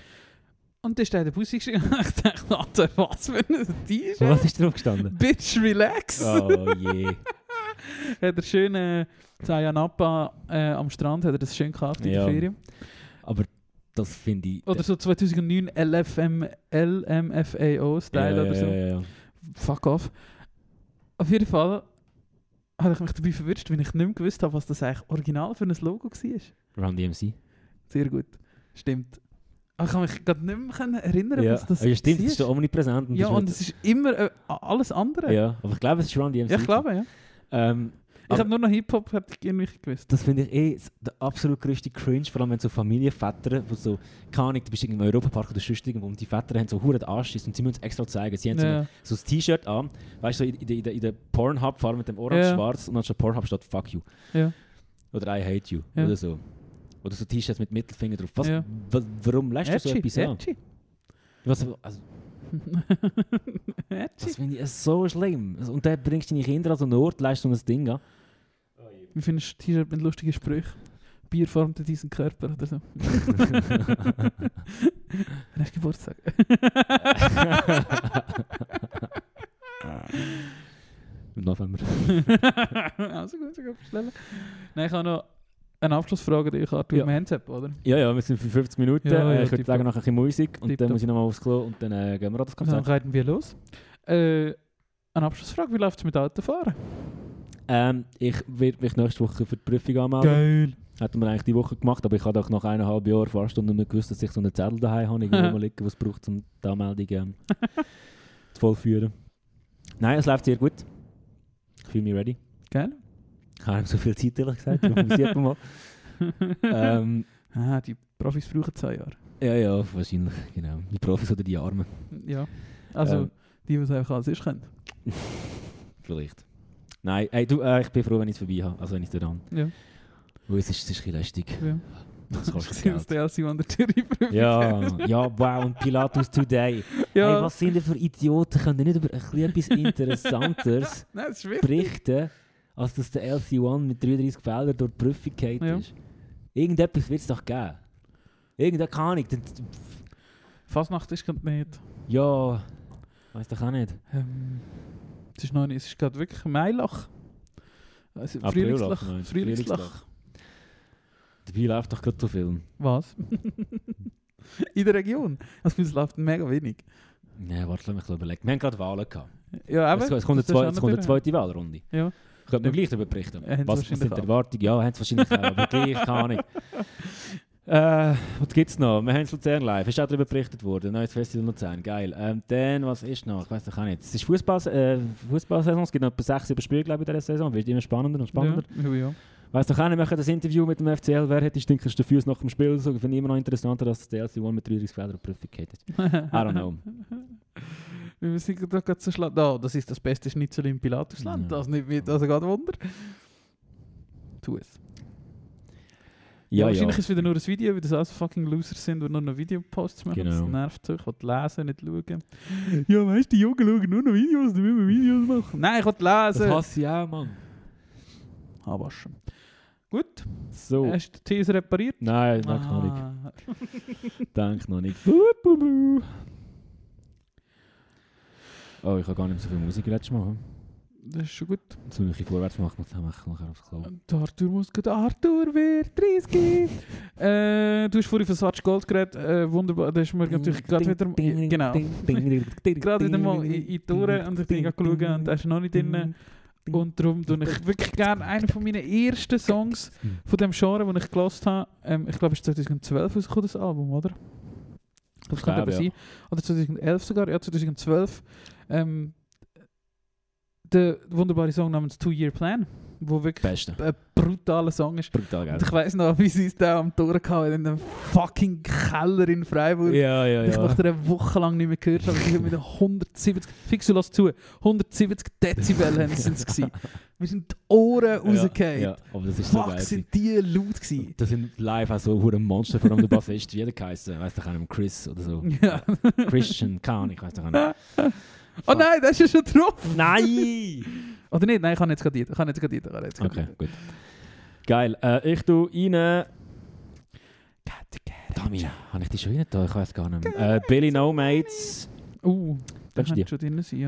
Und da ist der in den Bus gestiegen und ich dachte, Alter, was für ein T-Shirt? Was ist drauf gestanden? Bitch, relax! Oh je. Hat er schön äh, zu Ayia Napa äh, am Strand, hat er das schön gekauft in Ja. der Ferien. Aber das finde ich. äh, Oder so 2009 LFM, LMFAO-Style ja, ja, oder so. Ja, ja, ja. Fuck off. Auf jeden Fall habe ich mich dabei verwirrt, weil ich nicht mehr gewusst habe, was das eigentlich original für ein Logo war. Run DMC. Sehr gut. Stimmt. Aber ich kann mich gerade nicht mehr können erinnern, Ja, was das ja stimmt, war. das ist ja omnipräsent. ja, das und wird- es ist immer äh, alles andere. ja, aber ich glaube, es ist Run DMC. Ja, ich glaube, ja. Ähm, Ich Aber- habe nur noch Hip-Hop hätte ich irgendwie gewusst. Das finde ich eh s- der absolut größte Cringe, vor allem wenn so Familienväter, wo so, keine Ahnung, du bist irgendwie im Europapark oder sonst irgendwo und die Väter haben so verdammt Anschiss und sie müssen es extra zeigen. Sie haben so, Ja. ein- so ein T-Shirt an, weißt du, so in, in, der- in, der- in der Pornhub fahren mit dem orange-schwarz und dann steht Pornhub steht «Fuck you» Ja. oder «I hate you» Ja. oder so. Oder so T-Shirts mit Mittelfinger drauf. Was, Ja. wa- warum lässt du so Edgy, etwas an? edgy. Was, also, Edgy. das finde ich so schlimm. Also, Und dann bringst du deine Kinder an so einen Ort, lässt so ein Ding an. Wie findest du T-Shirt mit lustigen Sprüchen? Bier formte diesen Körper oder so. Wann hast du Geburtstag? Im November. also gut, ich kann bestellen. Nein, ich habe noch eine Abschlussfrage, die ich habe. Du Ja. im Handset, oder? Ja, ja, wir sind für 50 Minuten. Ja, ja, äh, ich würde tipptopp. sagen, nachher ein bisschen Musik und Tipptopp. dann muss ich nochmal aufs Klo und dann äh, gehen wir an das Dann Konzert. reiten wir los. Also, Äh, eine Abschlussfrage, wie läuft es mit Autofahren? Ähm, ich werde mich nächste Woche für die Prüfung anmelden. Geil. Hätten wir eigentlich die Woche gemacht, aber ich habe auch nach eineinhalb Jahren Fahrstunde nicht mehr gewusst, dass ich so einen Zettel daheim habe, irgendwo mal liegen, was es braucht, um die Anmeldung ähm, zu vollführen. Nein, es läuft sehr gut. Ich fühle mich ready. Geil. Ich habe nicht so viel Zeit, ehrlich gesagt. darum sieht man mal. ähm, Ah, die Profis brauchen zwei Jahre. ja, ja, wahrscheinlich. Genau. Die Profis oder die Armen. Ja. Also, Ähm. die, die es einfach alles ist, können. Vielleicht. Nein, ey, du, äh, ich bin froh, wenn ich es vorbei habe, also wenn ich es habe. Ja. Weil es ist, es ist ein bisschen lästig. ja. Das kostet Das Geld. DLC, an der Theorie prüft. Ja, ja, wow, und Pilatus Today. ja. Hey, was sind denn für Idioten? Können die nicht über ein bisschen etwas Interessantes Nein, das ist schwierig. berichten, als dass der LC1 mit 33 Feldern durch die Prüfung gefallen Ja. ist? Irgendetwas wird es doch geben. Irgendeine keine Ahnung. dann- Fasnacht ist gerade nicht. Ja, weiß doch auch nicht. Ähm, es ist noch nicht, es ist gerade wirklich Mailach. Also Aprilach, Frühlingslach. meinst du? Frühlingslach. Frühlingslach. Dabei läuft doch gerade zu viel. Was? In der Region. Also es läuft mega wenig. Nein, warte, lass mich ein bisschen überlegen. Wir haben gerade Wahlen Ah, gehabt. Ja, eben. Es, es kommt, eine das ist zwei, auch es kommt eine natürlich- zweite Wahlrunde. Ja. Könnte man gleich darüber berichten. Ja, haben sie was, was wahrscheinlich sind die auch. Erwartungen? Ja, haben sie wahrscheinlich auch, aber gleich, keine Ahnung. Äh, was gibt es noch? Wir haben Luzern live, ist auch darüber berichtet worden. Neues Festival Luzern, geil. Ähm, dann, was ist noch? Ich weiß doch auch nicht. Es ist Fußball, äh, Fußballsaison, es gibt noch etwa sechs über Spiele, glaube ich, in dieser Saison. Wird immer spannender und spannender. Ja, ja. Weiss doch auch nicht, wir machen das Interview mit dem FCL, wer hat die stinkersten Füße nach dem Spiel? So, finde ich immer noch interessanter, als der LC One mit 33 Felder auf die Prüfung geht. I don't know. Wir sind da gerade so schlecht. Oh, das ist das beste Schnitzel im Pilatusland. Ja. Das nimmt mich, also geht Wunder. Tu es. Ja, ja. wahrscheinlich ist es wieder nur ein Video, weil das alles fucking Loser sind, die nur noch Videoposts machen. Genau. Das nervt sich, ich will lesen, nicht schauen. Ja, weißt du, die Jungen schauen nur noch Videos, dann müssen wir Videos machen. Nein, ich will Das lesen. hasse ich auch, Mann. Äh, Abwaschen. Gut, So. hast du die These repariert? Oh. Nein, danke noch nicht. Ah. Danke noch nicht. Oh, ich habe gar nicht so viel Musik letztes Mal. hm? Das ist schon gut. Jetzt muss ich vorwärts machen und dann mache ich nachher aufs Klo. Und Arthur muss gut. Arthur wird 30. äh, du hast vorhin von Swatch Gold geredet. Äh, wunderbar. Da ist mir natürlich gerade wieder. genau. Gerade wieder mal in, in die Touren und ich bin gerade schauen und da ist er noch nicht drin. Und darum tue ich wirklich gerne einen von meinen ersten Songs von dem Genre, den ich gelost habe. Ähm, ich glaube, es ist 2012 rausgekommen, das Album, oder? Das Ich kann glaube, eben sein. Oder 2011 sogar, ja, 2012. Ähm, der wunderbare Song namens Two Year Plan, wo wirklich Beste. ein brutaler Song ist. Brutal geil. Und ich weiss noch, wie sie es da am Tor hatten, in einem fucking Keller in Freiburg. Ja, ja, Ich ja. habe eine Woche lang nicht mehr gehört, aber ich habe mit 170, fix du lass zu, 170 Dezibel waren es. gewesen. Mir sind die Ohren rausgefallen. Ja, ja, aber das ist so Fuck, geil. gewesen. sind die laut gewesen. Das sind live auch so hure Monster, vor allem der Bassist, wie der geheißen. Weißt du, keinem Chris oder so. Ja. Christian, keine Ahnung, ich weiß doch auch nicht. Oh nein, das ist ja schon drauf. Nein! Oder nicht? Nein, ich kann jetzt gerade die- ich kann jetzt gerade die- ich kann jetzt gerade Okay, die- gut. Geil. Äh, ich tue rein. Get the cat. Damina, habe ich die schon rein da? Ich weiß gar nicht mehr. Äh, Billy No Mates, Uh, da Kennst du die? könnte schon drin sein,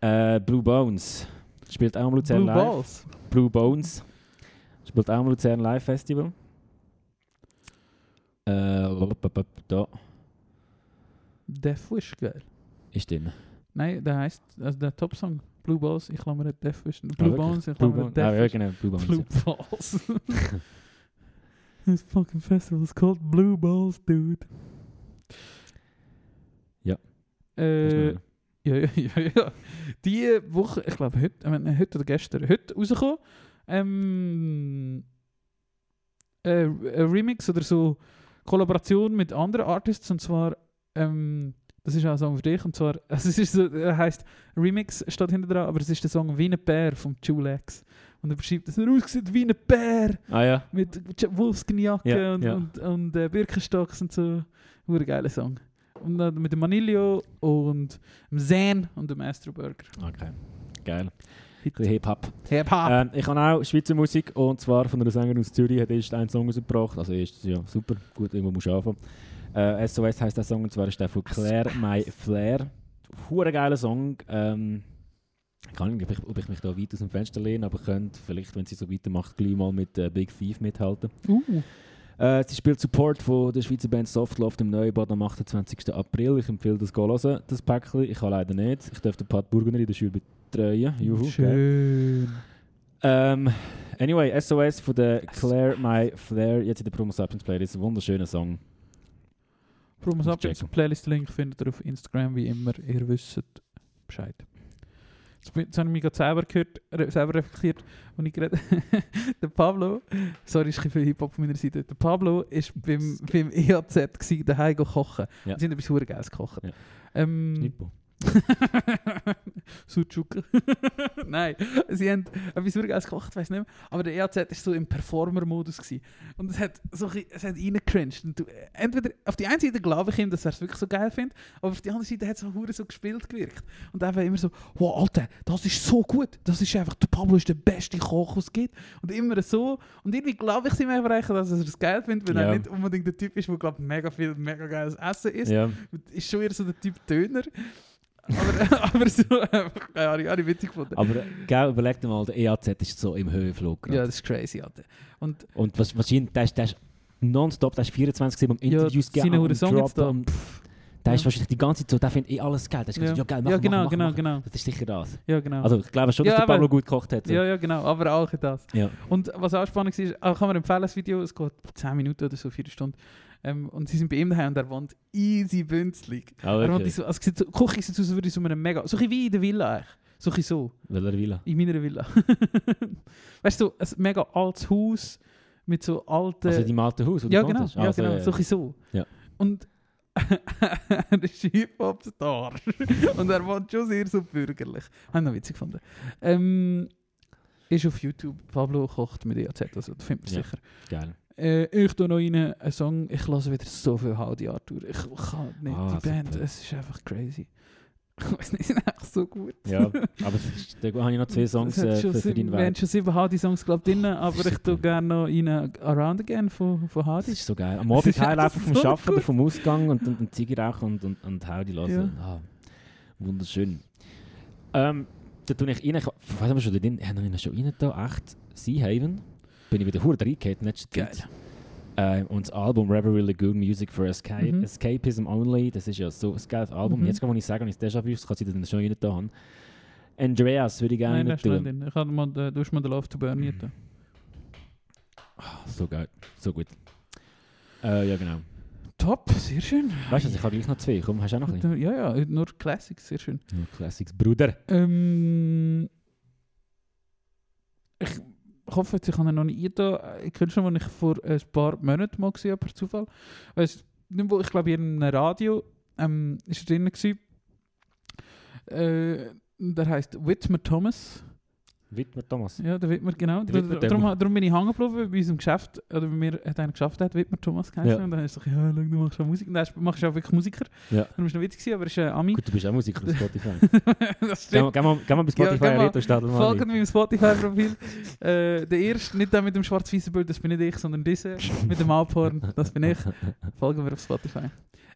dus ja. äh, Blue Bones. Spielt auch am Luzern Blue Live. Balls. Blue Bones. Spielt auch am Luzern Live Festival. Äh, lalapapap, da Death Wish, geil. ist drin. Nein, der heisst, also der Top-Song. Blue Balls, ich klammere Death Wish. Ah, Blue wirklich? Bones, ich Blue klammere Bones. Ah, ja, Death Wish. genau, Blue Bones. Blue ja. Balls. This fucking festival is called Blue Balls, dude. Ja. Das ist Äh, noch- Ja, ja, ja, ja. Die Woche, ich glaube heute, äh, nein, heute oder gestern, heute rausgekommen. Ähm, äh, ein Remix oder so Kollaboration mit anderen Artists und zwar, ähm, das ist auch ein Song für dich und zwar, also es ist so, er heißt Remix steht hinter dran, aber es ist der Song Wie ein Bär vom Julex. Und er beschreibt, dass er aussieht wie ein Bär Ah ja. mit Ch- Wolfskinjacke Ja, und, ja. und, und äh, Birkenstocks und so. Hure geiler Song. Und dann mit dem Manilio und dem Zen und dem Astro Burger. Okay. Geil. Hit. Ein Hip-Hop. Hip Hop. Ähm, ich habe auch Schweizer Musik und zwar von einer Sängerin aus Zürich hat erst einen Song rausgebracht. Also erst, ja, super, gut, irgendwo musst du anfangen. Äh, SOS heisst der Song und zwar ist der von Claire My Flair. Hure geiler Song. Ähm, ich kann nicht, ob ich, ob ich mich da weit aus dem Fenster lehne, aber könnte vielleicht, wenn sie so weitermacht, gleich mal mit äh, Big Thief mithalten. uh, Äh, sie spielt Support von der Schweizer Band Softloft im Neubad am 28. April. Ich empfehle das go hören, das Päckchen. Ich kann leider nicht. Ich darf den Pat Burgener in der Schule betreuen. Juhu, gell? schön. Ähm, anyway, SOS von der Claire My Flair, jetzt in der Promo Sapiens Playlist. Ein wunderschöner Song. Promo Muss Sapiens checken. Playlist-Link findet ihr auf Instagram, wie immer. Ihr wisst Bescheid. Jetzt, bin- jetzt habe ich mich gerade selber gehört, re- selber reflektiert, und ich gerade... der Pablo, sorry, ist ein bisschen viel Hip-Hop von meiner Seite. Der Pablo ist beim, beim E EAZ gsi, daheim go kochen. Ja. Und sie haben etwas hure Geiles gekocht. Ja. Ähm, Nippo. Suzuki. Nein, sie haben etwas sehr Geiles gekocht, weiß nicht mehr. Aber der EAZ war so im Performer-Modus. gsi. Und es hat, so, ein bisschen- es hat reingecringed. Und du- Entweder auf die einen Seite glaube ich ihm, dass er es wirklich so geil findet, aber auf die andere Seite hat es so, hure so gespielt gewirkt. Und einfach immer so, wow, Alter, das ist so gut. Das ist einfach, der Pablo ist der beste Koch, was es gibt. Und immer so. Und irgendwie glaube ich sie mir einfach, dass er es geil findet, weil Ja. er nicht unbedingt der Typ ist, der glaubt, mega viel, mega geiles Essen ist. Ja. Ist schon eher so der Typ Döner. Aber, aber so einfach, keine Ahnung, habe ich witzig gefunden. Aber äh, gell, überleg dir mal, der EAZ ist so im Höhenflug. grad. ja, das ist crazy, Alter. Und Und was, wahrscheinlich, der ist, der ist nonstop, der ist 24 7 am Ja, Interviews seine gegeben, am hohen Song jetzt da. Droppen. Pff, Der ist Ja. wahrscheinlich die ganze Zeit so, der findet eh alles geil. Der ist ja, ja. ja geil, machen, ja genau, machen, genau, machen. genau. Das ist sicher das. Ja, genau. Also ich glaube schon, dass Ja, der Pablo aber- gut gekocht hat. so. ja, ja, genau, aber auch das. Ja. Und was auch spannend war, auch kann man empfehlen, das Video, es geht 10 Minuten oder so, 4 Stunden. Ähm, und sie sind bei ihm daheim und er wohnt easy bünzlig. Ah, Er wohnt in wirklich. so, also, sieht so- die Küche sieht aus, als würde ich so einem mega, so ein bisschen wie in der Villa eigentlich. So ein bisschen so. Weil er will. In meiner Villa. weißt du, so ein mega altes Haus mit so alten. Also im alten Haus, wo du ja, gewohnt genau, hast. ja, Also, genau. äh, So ein bisschen so. Ja. Und er ist Hip-Hop-Star. Und er wohnt schon sehr so bürgerlich. Habe ich noch witzig gefunden. Ähm, ist auf YouTube. Pablo kocht mit EAZ, also das findet man Ja. sicher. Geil. Äh, ich tue noch rein einen Song. Ich lasse wieder so viel Halbjahr durch. Ich kann nicht. Ah, die Band, super. es ist einfach crazy. Ich weiß nicht, es ist echt so gut. Ja, Ah, aber es ist- da habe ich noch zwei Songs Es hat äh, schon für, für sieben- deinen Wir haben Weg. schon sieben Hardy-Songs, glaube ich, drin, das aber ist ich tue super. gerne noch rein äh, Around Again von, von Ah, Das Hardy. ist so geil. Am Das Abend ist einfach heimlaufen vom so Schaffen oder gut. vom Ausgang und, und, und Ziege rauchen und, und, und Howdy lassen. Ah, wunderschön. Ähm, da tue ich rein. Ich was haben wir schon da drin? Haben wir ihn schon rein da? Echt? Sea Haven? Bin ich wieder hure reingehauen in letzter Geil. Zeit. Ähm, und das Album Reverie Lagoon Music for Escape, Mhm. Escapism Only, das ist ja so ein geiles Album. Mhm. Jetzt kann ich sagen, und ich das Déjà-vu, das kann sie dann schon rein da haben. Andreas würde ich gerne Nein, das ist tun. nicht drin. Ich habe mal, den- du hast mal den Love to Burn nicht. So geil, so gut. Äh, ja, genau. Top, sehr schön. eh, Weißt du, was, ich habe gleich noch zwei. Komm, hast du auch noch ein bisschen? Ja, ja, nur Classics, sehr schön. Ja, Classics, Bruder. Ähm, ich hoffe, jetzt, ich habe ihn noch nicht eingetan. Ich kenne schon, als ich vor ein paar Monaten mal gesehen habe, per Zufall. Weiss nicht, wo, ich glaube, in einem Radio ähm, ist er drin. Gewesen. Äh, der heißt Whitmer Thomas. Widmer Thomas. Ja, der Wittmer, genau. Der Wittmer, der- darum, darum bin ich hängen geblieben weil bei unserem Geschäft. Oder bei mir hat einer geschafft, hat Wittmer Thomas geheißen. Ja. Und dann ist es so, ja, schau, du machst auch Musik. Und dann ist- machst du auch wirklich Musiker. Ja. Darum ist es noch witzig, gewesen, aber er ist ein Ami. Gut, du bist auch Musiker auf Spotify. das Geh stimmt. mal, geh mal, geh mal bei Spotify geh ja, mal. Reto Stadl mal Folgt rein. meinem Spotify-Profil. äh, der erste, nicht der mit dem schwarz weißen Bild, das bin nicht ich, sondern dieser. Mit dem Alphorn, das bin ich. Folgen wir auf Spotify.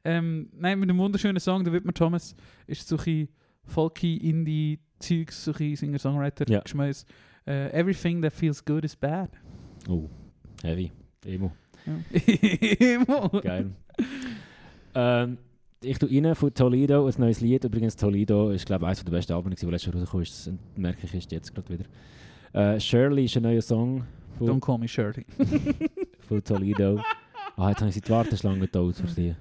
Ähm, nein, mit einem wunderschönen Song, der Wittmer Thomas, ist so ein folky, indie Zeugs, so ein Singer-Songwriter, Ja. Geschmäus. Äh, everything that feels good is bad. Oh, heavy. Emo. Ja. Geil. ähm, ich tue rein von Toledo ein neues Lied. Übrigens, Toledo ist, glaube ich, eines der besten Alben, die letztes Jahr rausgekommen ist. Das merke ich erst jetzt gerade wieder. Äh, Shirley ist ein neuer Song Don't von, call me Shirley. von Toledo. Ah, jetzt habe ich sie die Warteschlange gedauert für sie.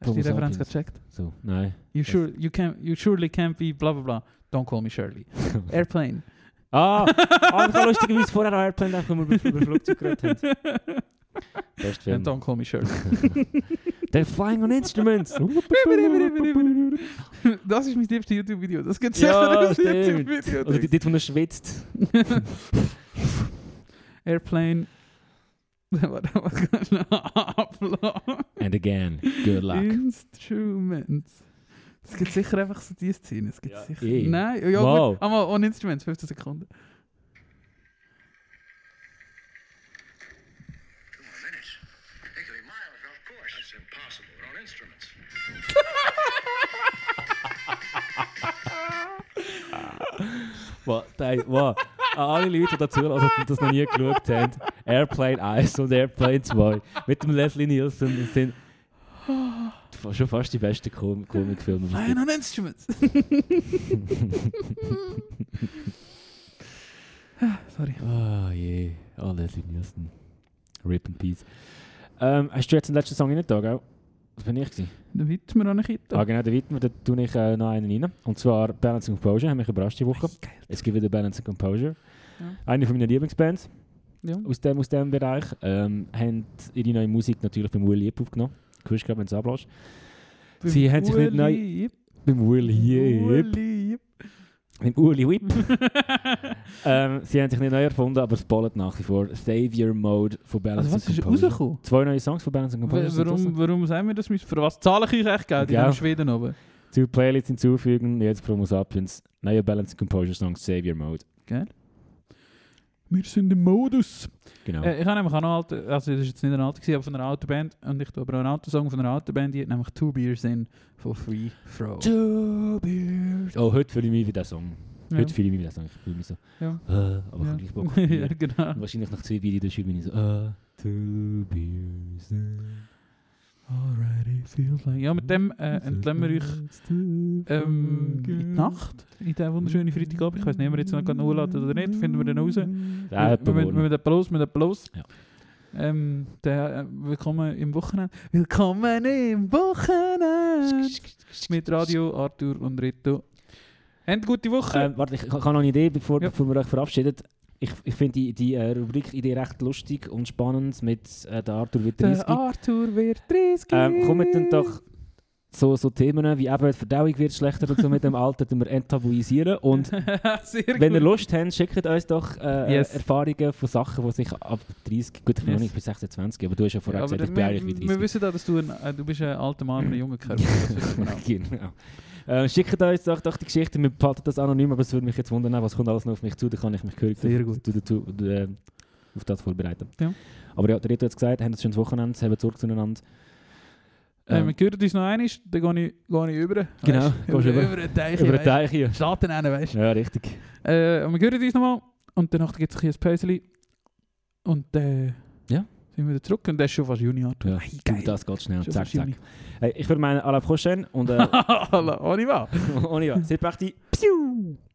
Hast du die Thomas Referenz Sapiens. gecheckt? So, nein. You, sure, you, can, you surely can't be bla bla bla. Don't call me Shirley. Airplane. Ah, ah ich habe lustigerweise vorher auch Airplane gedacht, als wir über, über Flugzeug geredet haben. Best And Film. don't call me Shirley. They're flying on instruments. Also, das ist mein liebstes YouTube-Video. Das gibt es Ja, sicher als stimmt. YouTube-Video. Oder dort, wo er schwitzt. Airplane. Warte, was kannst du noch abladen? And again, good luck. Instruments. Es gibt sicher einfach so die Szene. Es gibt Ja, sicher. eh. Nein, ja, Wow. gut. Einmal on Instruments, 15 Sekunden. minutes. It could be miles, of course. That's impossible. We're on instruments. Wow, Dave, wow. An alle Leute, die dazu also das noch nie geschaut haben, Airplane 1 und Airplane 2 mit dem Leslie Nielsen das sind schon fast die besten Kom Komikfilme. die es Flying on Instruments. Sorry. Ah je, oh Leslie Nielsen. Rip in Peace. Ähm, hast du jetzt den letzten Song rein da, gell? Das bin ich gewesen. Dann widmen wir an Kita. Ah genau, den Widmer, da tue ich äh, noch einen rein. Und zwar Balancing Composure, haben mich überrascht die Woche. Geil. Es gibt wieder Balancing Composure. Ja. Eine von meiner Lieblingsbands Ja. aus dem, aus dem Bereich. Ähm, haben ihre neue Musik natürlich beim Will Yip aufgenommen. Du hörst gerade, wenn du es ablässt. Sie haben sich nicht neu- Ueli. Beim Will Yip. Ueli. Beim Uli Whip. ähm, sie haben sich nicht neu erfunden, aber es ballert nach wie vor. Savior Mode von Also Balancing was ist Composure. rausgekommen? Zwei neue Songs von Balancing Composure. Wa- sind draussen. Warum, warum sagen wir das? Für was zahle ich euch echt Geld? Ja. Ja. In Schweden oben. Zu Playlists hinzufügen, jetzt Promo Sapiens, neue Balancing Composure Song Savior Mode. Wir sind im Modus. Genau. Äh, ich habe nämlich auch noch alte, also das ist jetzt nicht eine alte, gewesen, aber von einer alten Band. Und ich tue aber auch einen alten Song von einer alten Band, die hat nämlich Two Beers in von Free Throw. oh, heute fühle ich mich wie der Song. Ja. Heute fühle ich mich wie der Song. Ich fühle mich so, Ja. äh, aber ich ja. habe gleich Bock auf ja, Bier. genau. Und Wahrscheinlich nach zwei Videos bin ich so, Eh, äh, two beers. Alrighty feels like. Ja, mit dem äh, entlehnen wir euch ähm, in die Nacht, eh, in diesen wunderschönen Freitagabend. Ich weiß nicht, ob wir jetzt noch gerade hochladen oder nicht, finden wir dann raus. Ja, wir, wir, wir Pavone. mit Applaus, mit Applaus. Ja. Ähm, der, äh, willkommen im Wochenende. Willkommen im Wochenende. mit Radio Arthur und Rito. Habt gute Woche. Ähm, warte, ich, ich habe noch eine Idee, bevor, Ja. bevor wir euch verabschieden. Ich, ich finde die, die äh, Rubrik-Idee recht lustig und spannend mit äh, der Arthur Witteriski. der Arthur wird 30. Ähm, kommen dann doch so, so Themen wie eben die Verdauung wird schlechter und so mit dem Alter, den wir enttabuisieren. Und Sehr wenn ihr gut. Lust habt, schickt uns doch äh, Yes. Erfahrungen von Sachen, die sich ab 30, gut, ich bin noch Yes. nicht bis 26, 20, aber du hast ja vorher Ja, aber gesagt, ich bin wir, eigentlich wie wir 30. wissen auch, dass du ein, äh, du bist ein alter Mann mit einem jungen Körper. Das wissen wir auch. genau. Äh, schickt uns doch, doch die Geschichten, wir behalten das anonym, aber es würde mich jetzt wundern, was kommt alles noch auf mich zu, da kann ich mich gehörig Sehr gut. dazu, dazu, äh, auf das vorbereiten. Ja. Aber ja, der Rito hat es gesagt, haben ein schönes Wochenende, haben zurück zueinander. Äh, wir hören uns noch einmal, dann gehe ich, gehe ich über. Ehm. Genau, Weisst, gehst über, über. über den Teich. über den Teich hier. Staaten hin, weißt Ja, richtig. du. Äh, und wir hören uns nochmal und danach gibt es ein Päuschen. Und äh, Ja. sind wir wieder zurück und das ist schon fast Juni, Arthur. Ja, Ei, Du, das geht schnell. Schon Zack, fast Juni. zack. Hey, ich würde meinen, à la prochaine und äh, oh, Alla, au revoir. on y va. C'est parti. Psiou!